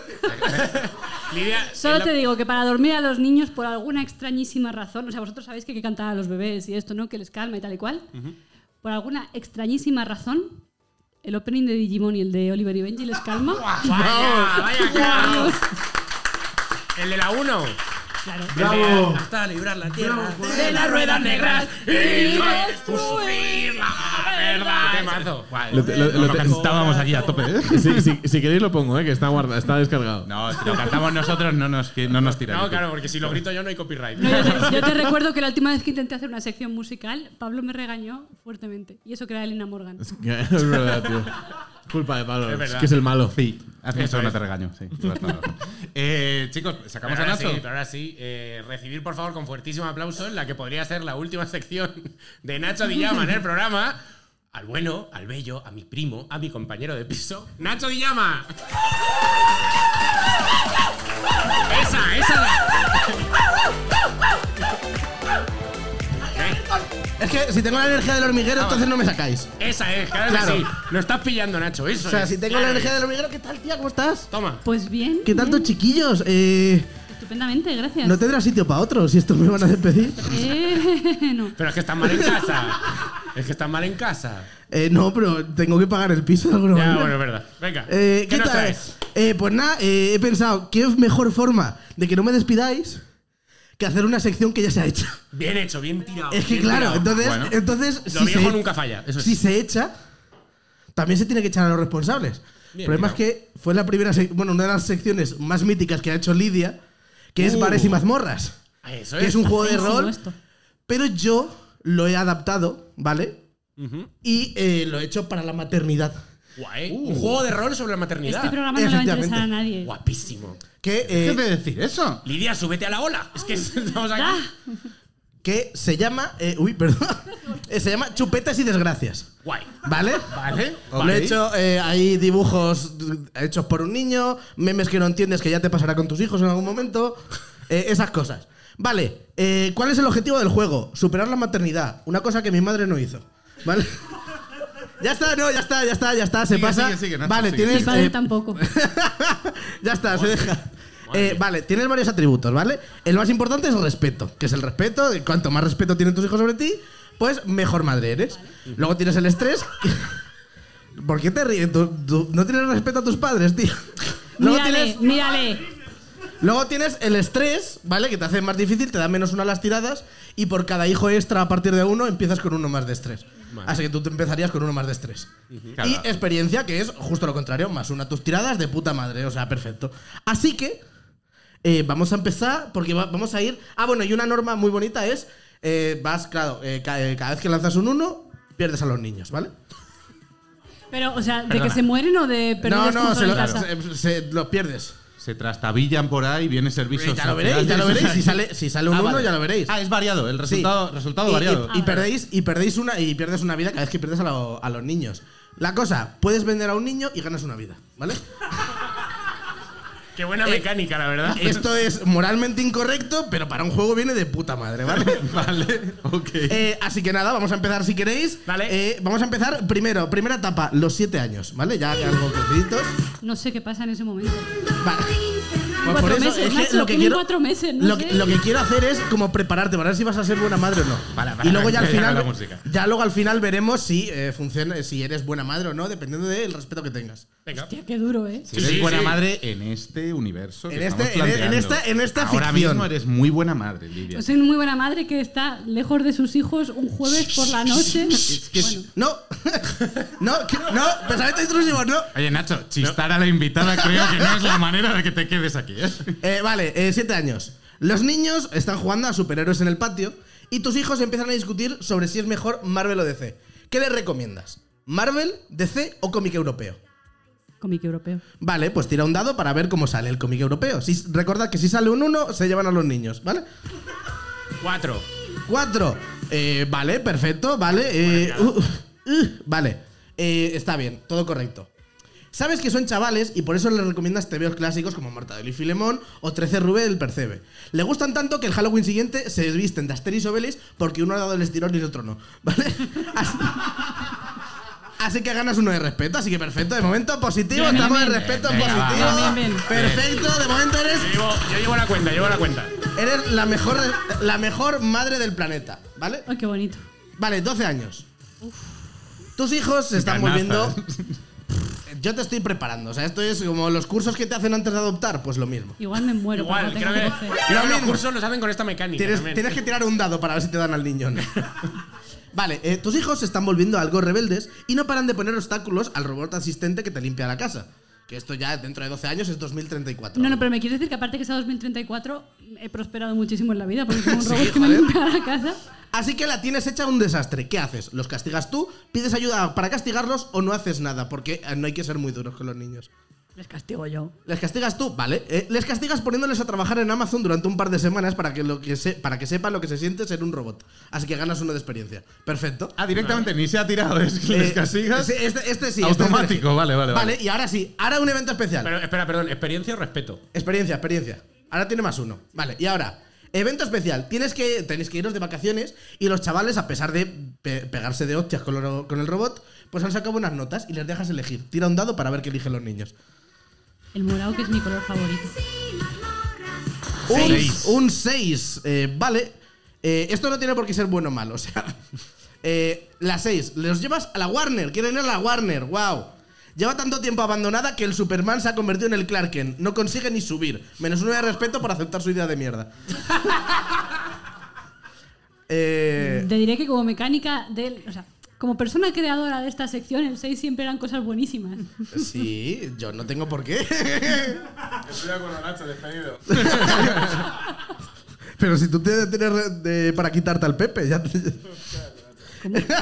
S2: Lidia,
S8: solo
S2: es la-
S8: te digo que para dormir a los niños, por alguna extrañísima razón, o sea, vosotros sabéis que hay que cantar a los bebés y esto, ¿no? Que les calma y tal y cual. Por alguna extrañísima razón, el opening de Digimon y el de Oliver y Benji les calma.
S2: Vaya, vaya, claro. El de la 1.
S8: Claro.
S2: Bravo. Hasta librar la tierra de las ruedas negras y construir la verdad. Qué mazo.
S4: Lo te- lo- lo te-
S3: Estábamos aquí a tope. ¿eh?
S4: si, si- si queréis lo pongo, eh, que está, guarda, está descargado.
S3: No, si lo cantamos nosotros no nos, que- no nos tiran.
S2: No, claro, porque si lo grito yo no hay copyright.
S8: No, yo, te, yo te recuerdo que la última vez que intenté hacer una sección musical, Pablo me regañó fuertemente. Y eso que era Elena Morgan.
S4: Es que- es verdad, tío. Es Culpa de Pablo,
S2: Es
S4: es,
S2: verdad.
S4: que es el malo.
S3: Sí, hazme
S2: Eso
S3: eso, no
S2: es.
S3: te regaño. Sí, tienes toda la razón. eh, chicos,
S2: Pero
S3: ¿sacamos a
S2: ahora sí,
S3: Nacho?
S2: pero ahora sí, eh, recibir por favor con fuertísimo aplauso en la que podría ser la última sección de Nacho Di Llama en el programa. Al bueno, al bello, a mi primo, a mi compañero de piso, Nacho Di Llama. esa, esa.
S1: Es que si tengo la energía del hormiguero, entonces no me sacáis.
S2: Ah, Esa es, claro,
S1: Claro.
S2: que sí. Lo estás pillando, Nacho, eso.
S1: O sea,
S2: es.
S1: si tengo
S2: Claro.
S1: la energía del hormiguero, ¿qué tal, tía? ¿Cómo estás?
S2: Toma.
S8: Pues bien.
S1: ¿Qué tanto,
S8: bien,
S1: chiquillos? Eh,
S8: Estupendamente, gracias.
S1: no tendrá sitio para otro si esto me van a despedir.
S8: Eh, no.
S2: Pero es que estás mal en casa. Es que estás mal en casa.
S7: Eh, no, pero tengo que pagar el piso de alguna
S2: Ya,
S7: manera.
S2: bueno, es verdad. Venga.
S7: Eh,
S2: ¿Qué
S7: ¿Qué
S2: nos
S7: tal?
S2: traes?
S7: Eh, pues nada, eh, he pensado, ¿qué mejor forma de que no me despidáis que hacer una sección que ya se ha hecho?
S2: Bien hecho, bien tirado.
S7: Es que
S2: bien
S7: claro,
S2: tirado.
S7: entonces,
S4: Bueno.
S7: entonces
S2: Lo
S7: si,
S2: viejo
S7: se,
S2: nunca falla. Eso es.
S7: si se echa, también se tiene que echar a los responsables.
S2: Bien
S7: el problema es que fue la primera, sec- bueno, una de las secciones más míticas que ha hecho Lidia, que es
S2: Uh. Ah,
S7: bares y mazmorras,
S2: Eso
S7: que
S2: es.
S7: es un juego de
S8: Buenísimo
S7: rol,
S8: esto.
S7: pero yo lo he adaptado, ¿vale?
S2: Ujú.
S7: Y eh, lo he hecho para la maternidad.
S2: Guay. eh.
S7: Uh.
S2: Un juego de rol sobre la maternidad.
S8: Este programa no le va a interesar a
S7: Efectivamente.
S8: nadie.
S2: Guapísimo.
S7: Que,
S4: ¿Qué
S7: eh,
S4: te decir eso?
S2: Lidia, súbete a la ola. Es que estamos aquí.
S8: Ah,
S7: que se llama. eh, uy, perdón. Eh, se llama Chupetas y Desgracias.
S2: Guay.
S7: ¿Vale?
S2: Vale.
S7: Lo
S4: Vale.
S7: he hecho, eh, hay dibujos hechos por un niño, memes que no entiendes que ya te pasará con tus hijos en algún momento, eh, esas cosas. Vale, eh, ¿cuál es el objetivo del juego? Superar la maternidad, una cosa que mi madre no hizo. ¿Vale? ya está, no, ya está, ya está, ya está, se
S4: Sigue,
S7: pasa.
S4: sigue, sigue, Nacho,
S7: vale,
S4: sigue.
S8: mi
S7: tienes.
S8: padre
S7: eh,
S8: tampoco.
S7: ya está, se deja. Eh, vale, tienes varios atributos, ¿vale? El más importante es el respeto, que es el respeto, de cuanto más respeto tienen tus hijos sobre ti, pues mejor madre eres. Luego tienes el estrés. que- ¿Por qué te ríes? ¿Tú, tú no tienes respeto a tus padres, tío. Luego
S8: Mírale,
S7: tienes,
S8: mírale.
S7: luego tienes el estrés, ¿vale? Que te hace más difícil, te da menos una a las tiradas y por cada hijo extra a partir de uno empiezas con uno más de estrés. Así que tú te empezarías con uno más de estrés.
S4: Claro.
S7: Y experiencia, que es justo lo contrario, más una a tus tiradas de puta madre, o sea, Ah, perfecto. Así que eh, vamos a empezar porque va- vamos a ir... Ah, bueno, y una norma muy bonita es, eh, vas, claro, eh, ca- eh, cada vez que lanzas un uno, pierdes a los niños, ¿vale?
S8: Pero, o sea, ¿de que
S4: Perdona.
S8: se mueren o de
S7: no,
S8: perder
S7: no, se, lo-
S8: en casa?
S7: se- se- los pierdes.
S4: Se trastabillan por ahí, viene servicio
S7: Ya lo
S4: social.
S7: veréis, ya lo veréis. Si sale, si sale un
S4: Ah,
S7: uno,
S4: vale.
S7: ya lo veréis.
S4: Ah, es variado, el resultado,
S7: Sí.
S4: resultado
S7: Y- y-
S4: variado.
S7: Y, perdéis, y perdéis una y pierdes una vida cada vez que pierdes a, lo- a los niños. La cosa, puedes vender a un niño y ganas una vida, ¿vale?
S2: Qué buena mecánica, la verdad.
S7: eh, Esto es moralmente incorrecto, pero para un juego viene de puta madre, ¿vale?
S4: vale, ok.
S7: Eh, así que nada, vamos a empezar si queréis.
S2: Vale.
S7: Eh, vamos a empezar primero, primera etapa, los siete años, ¿vale? Ya algo creciditos.
S8: No sé qué pasa en ese momento.
S7: Vale. Pues
S8: Cuatro meses, Nacho, tienen cuatro meses, no
S7: lo, que-
S8: sé.
S7: lo que quiero hacer es como prepararte para ver si vas a ser buena madre o no.
S4: Vale, vale,
S7: y luego ya al
S4: vale,
S7: final,
S4: ya la música.
S7: ya luego al final veremos si eh, funciona, si eres buena madre o no, dependiendo del respeto que tengas.
S2: Venga.
S8: Hostia, qué duro, ¿eh?
S4: Si
S2: Sí,
S4: eres
S2: sí,
S4: buena
S2: sí.
S4: madre en este universo. que
S7: En este-
S4: estamos
S7: en- en
S4: planteando.
S7: esta- en esta
S4: Ahora
S7: ficción.
S4: mismo eres muy buena madre, Lidia.
S8: Pues soy muy buena madre que está lejos de sus hijos un jueves por la noche. Bueno,
S7: No, no, que- no, pensamiento intrusivo, no.
S4: Oye, Nacho, chistar a la invitada creo que no es la manera de que te quedes aquí, ¿eh?
S7: Eh, vale, eh, siete años. Los niños están jugando a superhéroes en el patio y tus hijos empiezan a discutir sobre si es mejor Marvel o DC. ¿Qué les recomiendas? ¿Marvel, DC o cómic europeo?
S8: cómic europeo.
S7: Vale, pues tira un dado para ver cómo sale el cómic europeo. Si, recordad que si sale un 1, se llevan a los niños, ¿vale?
S2: Cuatro.
S7: Cuatro. Eh, vale, perfecto, vale. eh, uh, uh, vale, Eh, está bien, todo correcto. Sabes que son chavales y por eso les recomiendas TVOs clásicos como Mortadelo y Filemón o 13 Rubé del Percebe. Le gustan tanto que el Halloween siguiente se visten de Asterix o Obelix porque uno ha dado el estirón y el otro no, ¿vale? Así, así que ganas uno de respeto, así que perfecto. De momento positivo,
S8: Bien,
S7: estamos
S8: bien,
S7: de
S8: bien.
S7: respeto
S4: Venga, va.
S7: positivo.
S8: Bien, bien, bien.
S7: Perfecto, de momento eres
S2: Yo llevo, yo llevo la cuenta, llevo la cuenta.
S7: Eres la mejor, la mejor madre del planeta, ¿vale?
S8: Ay, qué bonito.
S7: Vale, 12 años. Tus hijos se están
S4: Ganazas.
S7: volviendo. Yo te estoy preparando, o sea, esto es como los cursos que te hacen antes de adoptar, pues lo mismo.
S8: Igual me muero.
S2: Igual,
S8: cuando
S2: creo
S8: tenga
S2: que,
S8: 12.
S2: creo que los
S7: mismo.
S2: cursos los hacen con esta mecánica.
S7: Tienes,
S2: también.
S7: tienes que tirar un dado para ver si te dan al niño. o no. vale, eh, tus hijos se están volviendo algo rebeldes y no paran de poner obstáculos al robot asistente que te limpia la casa. Que esto ya dentro de 12 años es 2034.
S8: No, no, pero me quieres decir que aparte que sea 2034 he prosperado muchísimo en la vida porque tengo un
S7: Sí,
S8: robot que me
S7: joder.
S8: limpia la casa.
S7: Así que la tienes hecha un desastre. ¿Qué haces? ¿Los castigas tú? ¿Pides ayuda para castigarlos o no haces nada? Porque eh, no hay que ser muy duros con los niños.
S8: Les castigo yo.
S7: ¿Les castigas tú? Vale. Eh, les castigas poniéndoles a trabajar en Amazon durante un par de semanas para que, lo que se- para que sepan lo que se siente ser un robot. Así que ganas uno de experiencia. Perfecto.
S4: Ah, directamente, ni se ha tirado, es que les
S7: Eh,
S4: castigas.
S7: Este, este- este sí. este
S4: Automático,
S7: es el-
S4: vale, vale, vale.
S7: Vale, y ahora sí. Ahora un evento especial.
S2: Pero espera, perdón, experiencia o respeto.
S7: Experiencia, experiencia. Ahora tiene más uno. Vale, y ahora, evento especial. Tienes que, tenéis que iros de vacaciones y los chavales, a pesar de pe- pegarse de hostias con, lo- con el robot, pues han sacado buenas notas y les dejas elegir. Tira un dado para ver qué eligen los niños.
S8: El morado que es mi color favorito.
S7: Un-
S4: Seis.
S7: Un 6. vale. Eh, esto no tiene por qué ser bueno o malo, o sea.
S2: Eh, la 6. Los llevas a la Warner. Quieren ir a la Warner. ¡Wow! Lleva tanto tiempo abandonada que el Superman se ha convertido en el Clark Kent. No consigue ni subir. Menos uno de respeto por aceptar su idea de mierda. eh,
S8: Te diré que como mecánica del. O sea, como persona creadora de esta sección, el 6 siempre eran cosas buenísimas.
S2: sí, yo no tengo por qué.
S10: Estoy con la Nacho, despedido.
S2: Pero si tú te detienes re- de- para quitarte al Pepe, ya te-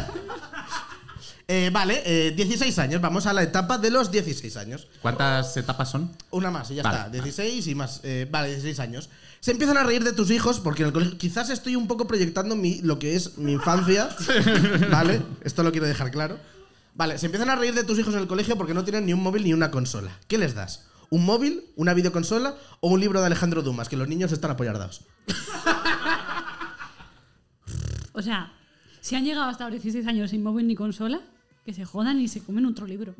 S2: Eh, vale, eh, 16 años. Vamos a la etapa de los 16 años.
S4: ¿Cuántas etapas son?
S2: Una más y ya
S4: Vale,
S2: está. 16 y más. eh, vale, 16 años. Se empiezan a reír de tus hijos porque en el colegio- quizás estoy un poco proyectando mi, lo que es mi infancia. vale, esto lo quiero dejar claro. Vale, se empiezan a reír de tus hijos en el colegio porque no tienen ni un móvil ni una consola. ¿Qué les das? ¿Un móvil, una videoconsola o un libro de Alejandro Dumas? Que los niños están apoyardados.
S8: O sea, si han llegado hasta los 16 años sin móvil ni consola, que se jodan y se comen otro libro.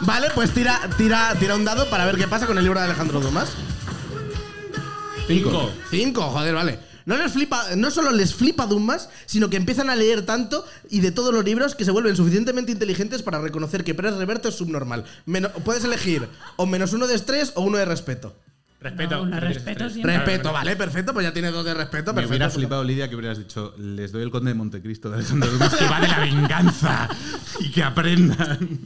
S2: Vale, pues tira, tira, tira un dado para ver qué pasa con el libro de Alejandro Dumas.
S9: Cinco.
S2: Cinco, joder, vale. No, les flipa, no solo les flipa Dumas, sino que empiezan a leer tanto y de todos los libros que se vuelven suficientemente inteligentes para reconocer que Pérez Reverte es subnormal. Meno- puedes elegir o menos uno de estrés o uno de respeto.
S9: Respeto.
S8: No, no, respeto siempre.
S2: Respeto, vale, perfecto, pues ya tiene dos de respeto.
S4: Me
S2: Perfecto,
S4: hubiera flipado, Lidia, que hubieras dicho, les doy el conde de Montecristo de Alejandro Dumas, que va de la venganza y que aprendan.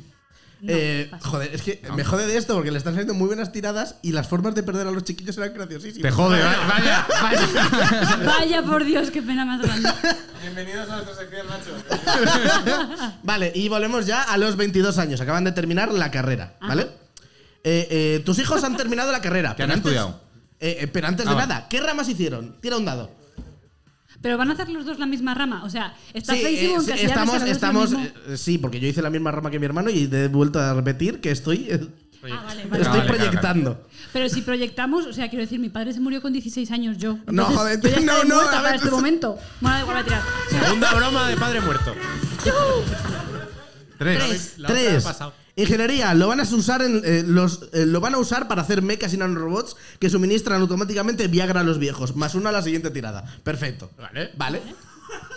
S2: Eh, joder, es que me jode de esto porque le están saliendo muy buenas tiradas y las formas de perder a los chiquillos eran
S4: Te
S2: graciosísimas.
S4: jode, va- vaya, vaya.
S8: Vaya por Dios, qué pena más grande.
S10: Bienvenidos a nuestra sección, Nacho.
S2: Vale, y volvemos ya a los 22 años. Acaban de terminar la carrera, ¿vale? Eh, eh, tus hijos han terminado la carrera.
S4: ¿Qué
S2: pero
S4: han
S2: antes-
S4: estudiado?
S2: eh, eh, pero antes
S4: Ah,
S2: de
S4: vale.
S2: nada, ¿qué ramas hicieron? Tira un dado.
S8: Pero van a hacer los dos la misma rama. O sea, está
S2: Sí,
S8: feísimo
S2: eh,
S8: en
S2: sí, estamos,
S8: este
S2: estamos, eh, sí, porque yo hice la misma rama que mi hermano y he vuelto a repetir que estoy, eh,
S8: Ah, vale,
S2: estoy
S8: vale.
S4: claro, claro.
S2: proyectando.
S8: Pero si proyectamos, o sea, quiero decir, mi padre se murió con 16 años yo.
S2: No,
S8: Entonces,
S2: joder,
S8: yo ya
S2: no,
S8: estoy
S2: no,
S8: muerta
S2: a ver,
S8: para este
S2: tú-
S8: momento. Bueno, da igual, voy a tirar.
S9: Segunda broma de padre muerto.
S4: Tres.
S9: La otra
S2: Tres.
S9: ha pasado.
S2: Ingeniería, lo van a usar en, eh, los, eh, lo van a usar para hacer mechas y nanorobots que suministran automáticamente Viagra a los viejos. Más uno a la siguiente tirada. Perfecto.
S9: Vale.
S2: Vale.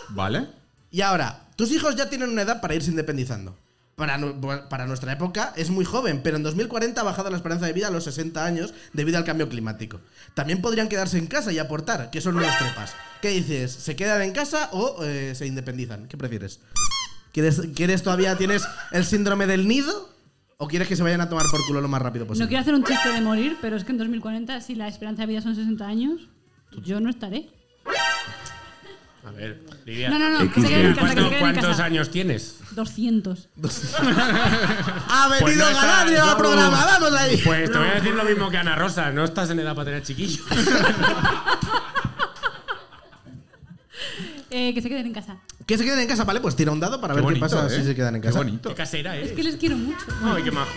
S4: ¿Vale?
S2: Y ahora, tus hijos ya tienen una edad para irse independizando. Para, nu- para nuestra época es muy joven, pero en 2040 ha bajado la esperanza de vida a los 60 años debido al cambio climático. También podrían quedarse en casa y aportar, que son unas trepas. ¿Qué dices? ¿Se quedan en casa o eh, se independizan? ¿Qué prefieres? ¿Quieres, ¿Quieres todavía tienes el síndrome del nido? ¿O quieres que se vayan a tomar por culo lo más rápido
S8: No
S2: posible?
S8: quiero hacer un chiste de morir, pero es que en 2040, si la esperanza de vida son 60 años, yo no estaré.
S9: A ver, Lidia.
S8: No, no, no, que se queden en casa, que se
S9: ¿Cuánto-
S8: queden en
S9: ¿Cuántos
S8: casa.
S9: años tienes? Pues
S8: 200.
S2: ¡Ha venido
S9: no estás,
S2: Galadriel al
S9: Goru.
S2: programa! ¡Vamos ahí!
S9: Pues te voy a decir lo mismo que Ana Rosa. No estás en edad para tener chiquillos.
S8: Eh, que se queden en casa.
S2: Que se queden en casa, ¿vale? Pues tira un dado para ver qué pasa si se quedan en
S4: ¿eh?
S2: casa.
S4: Qué bonito.
S9: Qué casera
S8: Es
S9: eres.
S8: que les quiero mucho.
S9: Ay, qué majo.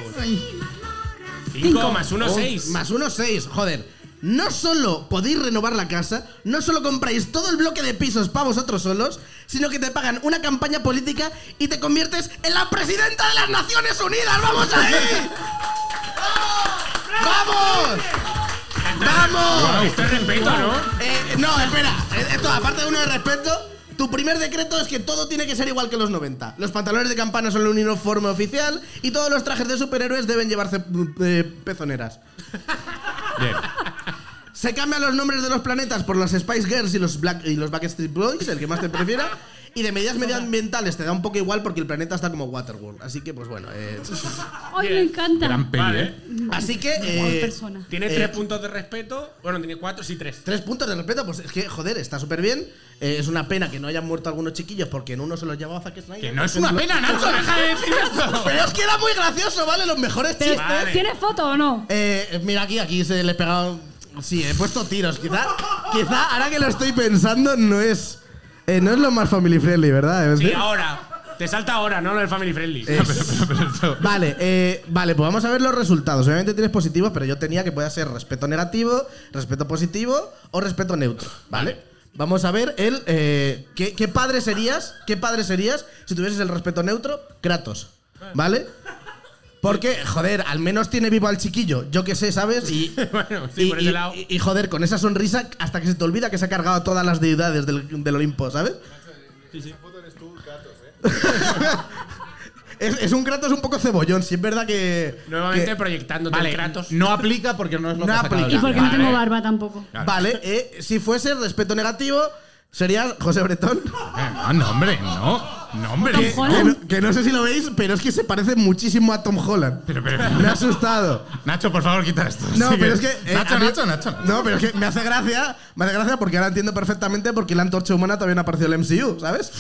S9: Cinco más uno,
S2: Oh,
S9: seis.
S2: Más uno, seis. Joder. No solo podéis renovar la casa, no solo compráis todo el bloque de pisos para vosotros solos, sino que te pagan una campaña política y te conviertes en la presidenta de las Naciones Unidas. ¡Vamos ahí! ¡Vamos! ¡Vamos!
S9: Esto es respeto, ¿no?
S2: Eh, no, espera. Eh, Esto, aparte de uno de respeto, tu primer decreto es que todo tiene que ser igual que los 90. Los pantalones de campana son un uniforme oficial y todos los trajes de superhéroes deben llevarse eh, pezoneras.
S4: Bien.
S2: Se cambian los nombres de los planetas por los Spice Girls y los, Black, y los Backstreet Boys, el que más te prefiera. Y de medidas medioambientales te da un poco igual porque el planeta está como Waterworld. Así que, pues bueno. eh,
S8: ¡Ay, me encanta!
S4: Gran peli,
S9: Vale.
S4: ¿eh?
S2: así que.
S8: Por
S2: eh,
S8: persona.
S9: Tiene
S2: Eh,
S9: tres puntos de respeto. Bueno, tiene cuatro, sí, tres.
S2: Tres puntos de respeto, pues es que, joder, está súper bien. Eh, es una pena que no hayan muerto algunos chiquillos porque en uno se los llevaba Zack Snyder.
S4: Que no es una pena, Nacho, deja de decir esto.
S2: Pero es que era muy gracioso, ¿vale? Los mejores chistes.
S9: Vale.
S8: ¿Tienes foto o no?
S2: Eh, mira aquí, aquí se le pegado. Sí, he puesto tiros. Quizá, quizá ahora que lo estoy pensando, no es. eh, no es lo más family friendly, ¿verdad? Es
S9: Sí,
S2: que-
S9: ahora. Te salta ahora, no el Family Friendly.
S2: Eh, Vale, eh, vale, pues vamos a ver los resultados. Obviamente tienes positivos, pero yo tenía que pueda ser respeto negativo, respeto positivo o respeto neutro, ¿vale? Vamos a ver el eh, ¿qué, qué padre serías, qué padre serías si tuvieses el respeto neutro, Kratos, ¿vale? Porque, joder, al menos tiene vivo al chiquillo, yo qué sé, ¿sabes? Y,
S9: Bueno, sí,
S2: y-
S9: por ese
S2: y-
S9: lado.
S2: y- y, joder, con esa sonrisa hasta que se te olvida que se ha cargado a todas las deidades del, del Olimpo, ¿sabes?
S11: Esa foto eres tú, Kratos, ¿eh?
S1: Es, es un Kratos un poco cebollón, si es verdad que.
S2: Nuevamente
S1: que-
S2: proyectándote
S3: Vale,
S2: el Kratos.
S3: no aplica porque no es lo
S1: No
S3: que ha sacado
S1: aplica.
S3: el
S8: Y porque no
S3: Vale.
S8: tengo barba tampoco.
S3: Claro.
S1: Vale, eh, si fuese respeto negativo, sería José Bretón.
S3: Eh, No, no, hombre, no. No, hombre. Eh, no.
S8: Tom
S1: Que
S8: Holland.
S1: no, que no sé si lo veis, pero es que se parece muchísimo a Tom Holland.
S3: Pero, pero-
S1: Me ha asustado.
S3: Nacho, por favor, quita esto.
S1: No,
S3: Sí
S1: pero es que. eh,
S3: Nacho,
S1: a mí-
S3: Nacho, Nacho, Nacho.
S1: No, pero es que me hace gracia. Me hace gracia porque ahora entiendo perfectamente por qué la antorcha humana también apareció en el MCU, ¿sabes?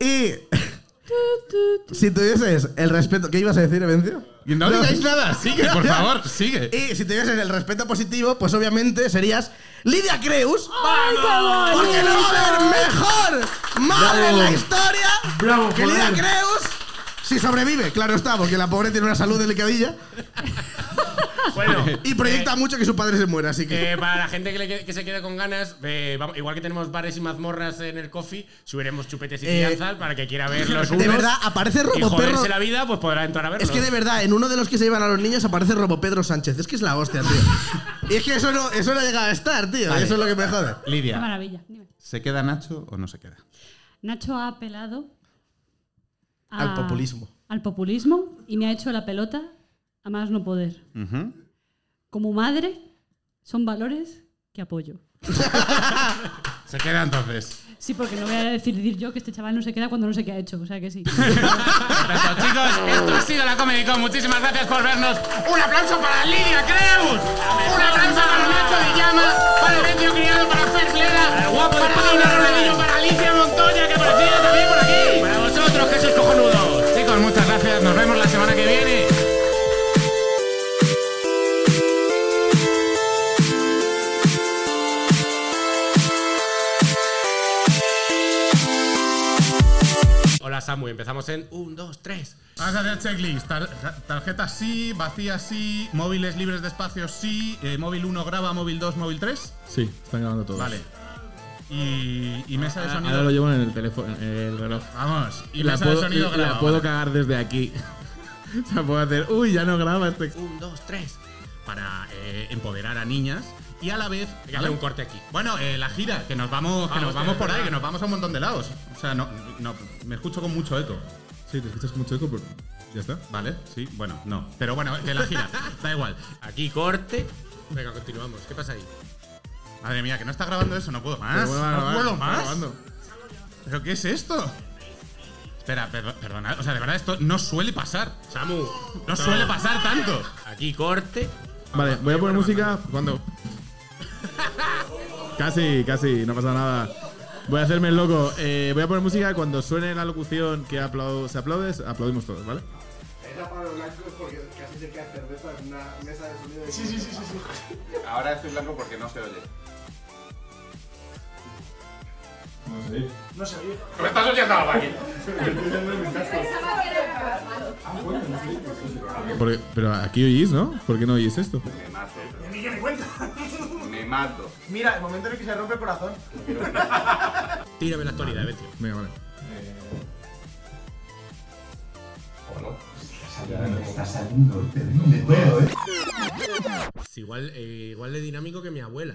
S1: Y. si tuvieses el respeto. ¿Qué ibas a decir, Evencio?
S3: Y No digáis nada, sigue, por favor, sigue.
S1: Y si tuvieses el respeto positivo, pues obviamente serías Lidia Creus. Porque no va a haber mejor madre en la historia
S11: Bravo,
S1: que Lidia
S11: joder.
S1: Creus. Si sobrevive, claro está, porque la pobre tiene una salud delicadilla
S2: Bueno,
S1: y proyecta mucho que su padre se muera, así que.
S2: eh, para la gente que, le que- que se quede con ganas, eh, vamos- igual que tenemos bares y mazmorras en el coffee, subiremos chupetes y
S1: Eh,
S2: crianzas para que quiera ver los unos.
S1: de verdad, aparece
S2: y
S1: Robo
S2: joderse
S1: Perro.
S2: la vida, pues podrá entrar a verlo.
S1: Es que de verdad, en uno de los que se llevan a los niños aparece Robo Pedro Sánchez. Es que es la hostia, tío. Y es que eso no, eso no ha llegado a estar, tío. Eso es lo que me jode.
S8: Qué
S3: Lidia,
S8: maravilla. Dime.
S3: ¿se queda Nacho o no se queda?
S8: Nacho ha apelado a-
S1: Al populismo.
S8: Al populismo y me ha hecho la pelota a más no poder. Como madre, son valores que apoyo.
S3: Se queda entonces.
S8: Sí, porque no voy a decidir yo que este chaval no se queda cuando no sé qué ha hecho. O sea que sí.
S3: Perfecto, chicos, esto ha sido la Comedy Con. Muchísimas gracias por vernos. Un aplauso para Lidia Creus. Un aplauso para Nacho Villama, para Bencio Criado, para Fer Lera,
S2: Para el guapo de
S3: para
S2: Pablo
S3: Paula
S2: Rodillo,
S3: Rodillo,
S2: para
S3: para
S2: Alicia Montoya, que aparecía también por aquí. Para vosotros, que sois cojonudos.
S3: Chicos, muchas gracias. Nos vemos la semana que viene.
S2: Hola Samu, empezamos en 1, 2, 3.
S3: Vamos a hacer checklist. Tar- tarjetas sí, vacías sí, móviles libres de espacio sí, eh, móvil 1 graba, móvil 2, móvil 3.
S4: Sí, están grabando todos.
S3: Vale. Y, y mesa de
S4: Ah, Ahora lo
S3: sonido.
S4: llevo en el teléfono, en el reloj.
S3: Vamos, y
S4: la
S3: mesa
S4: puedo,
S3: de sonido
S4: la
S3: graba.
S4: puedo cagar desde aquí. o sea, puedo hacer. Uy, ya no graba este.
S2: 1, 2, 3.
S3: Para eh, empoderar a niñas y a la vez.
S2: Hay que hacer un corte aquí.
S3: Bueno, eh, la gira, que nos vamos,
S4: Ah,
S3: que
S2: Vamos,
S3: nos vamos
S2: que-
S3: por ahí, que nos vamos a un montón de lados. O sea, no, no, me escucho con mucho eco.
S4: Sí, te escuchas mucho eco, pero. Ya está.
S3: Vale, sí, bueno, no. Pero bueno, de la gira, da igual.
S2: Aquí corte. Venga, continuamos. ¿Qué pasa ahí?
S3: Madre mía, que no está grabando eso, no puedo más.
S4: Pero bueno, va a
S3: no
S4: grabar,
S3: puedo
S4: está
S3: más.
S4: grabando.
S3: ¿Pero qué es esto? Espera, perdo- perdonad. O sea, de verdad, esto no suele pasar.
S2: Samu.
S3: No suele pasar tanto.
S2: Aquí corte.
S3: Ah,
S4: Vale, voy a poner música cuando. casi, casi, no pasa nada. Voy a hacerme el loco. Eh, voy a poner música cuando suene la locución que aplau- se aplaude, aplaudimos todos, ¿vale?
S11: Era Pablo Blanco porque casi se queda cerveza en una mesa de sonido. Sí, sí, sí, sí, Ahora estoy blanco porque no se oye. No se oye. No se oye. ¡Me estás oyendo algo aquí!
S4: Porque- pero aquí oís, ¿no? ¿Por qué no oís esto?
S11: Me mato. ¡Ni que me cuenta! Me mato. Mira, el momento en el que se rompe el corazón.
S2: Tírame la actualidad, Betty.
S4: Venga, vale.
S2: Pues Es igual, eh, igual de dinámico que mi abuela.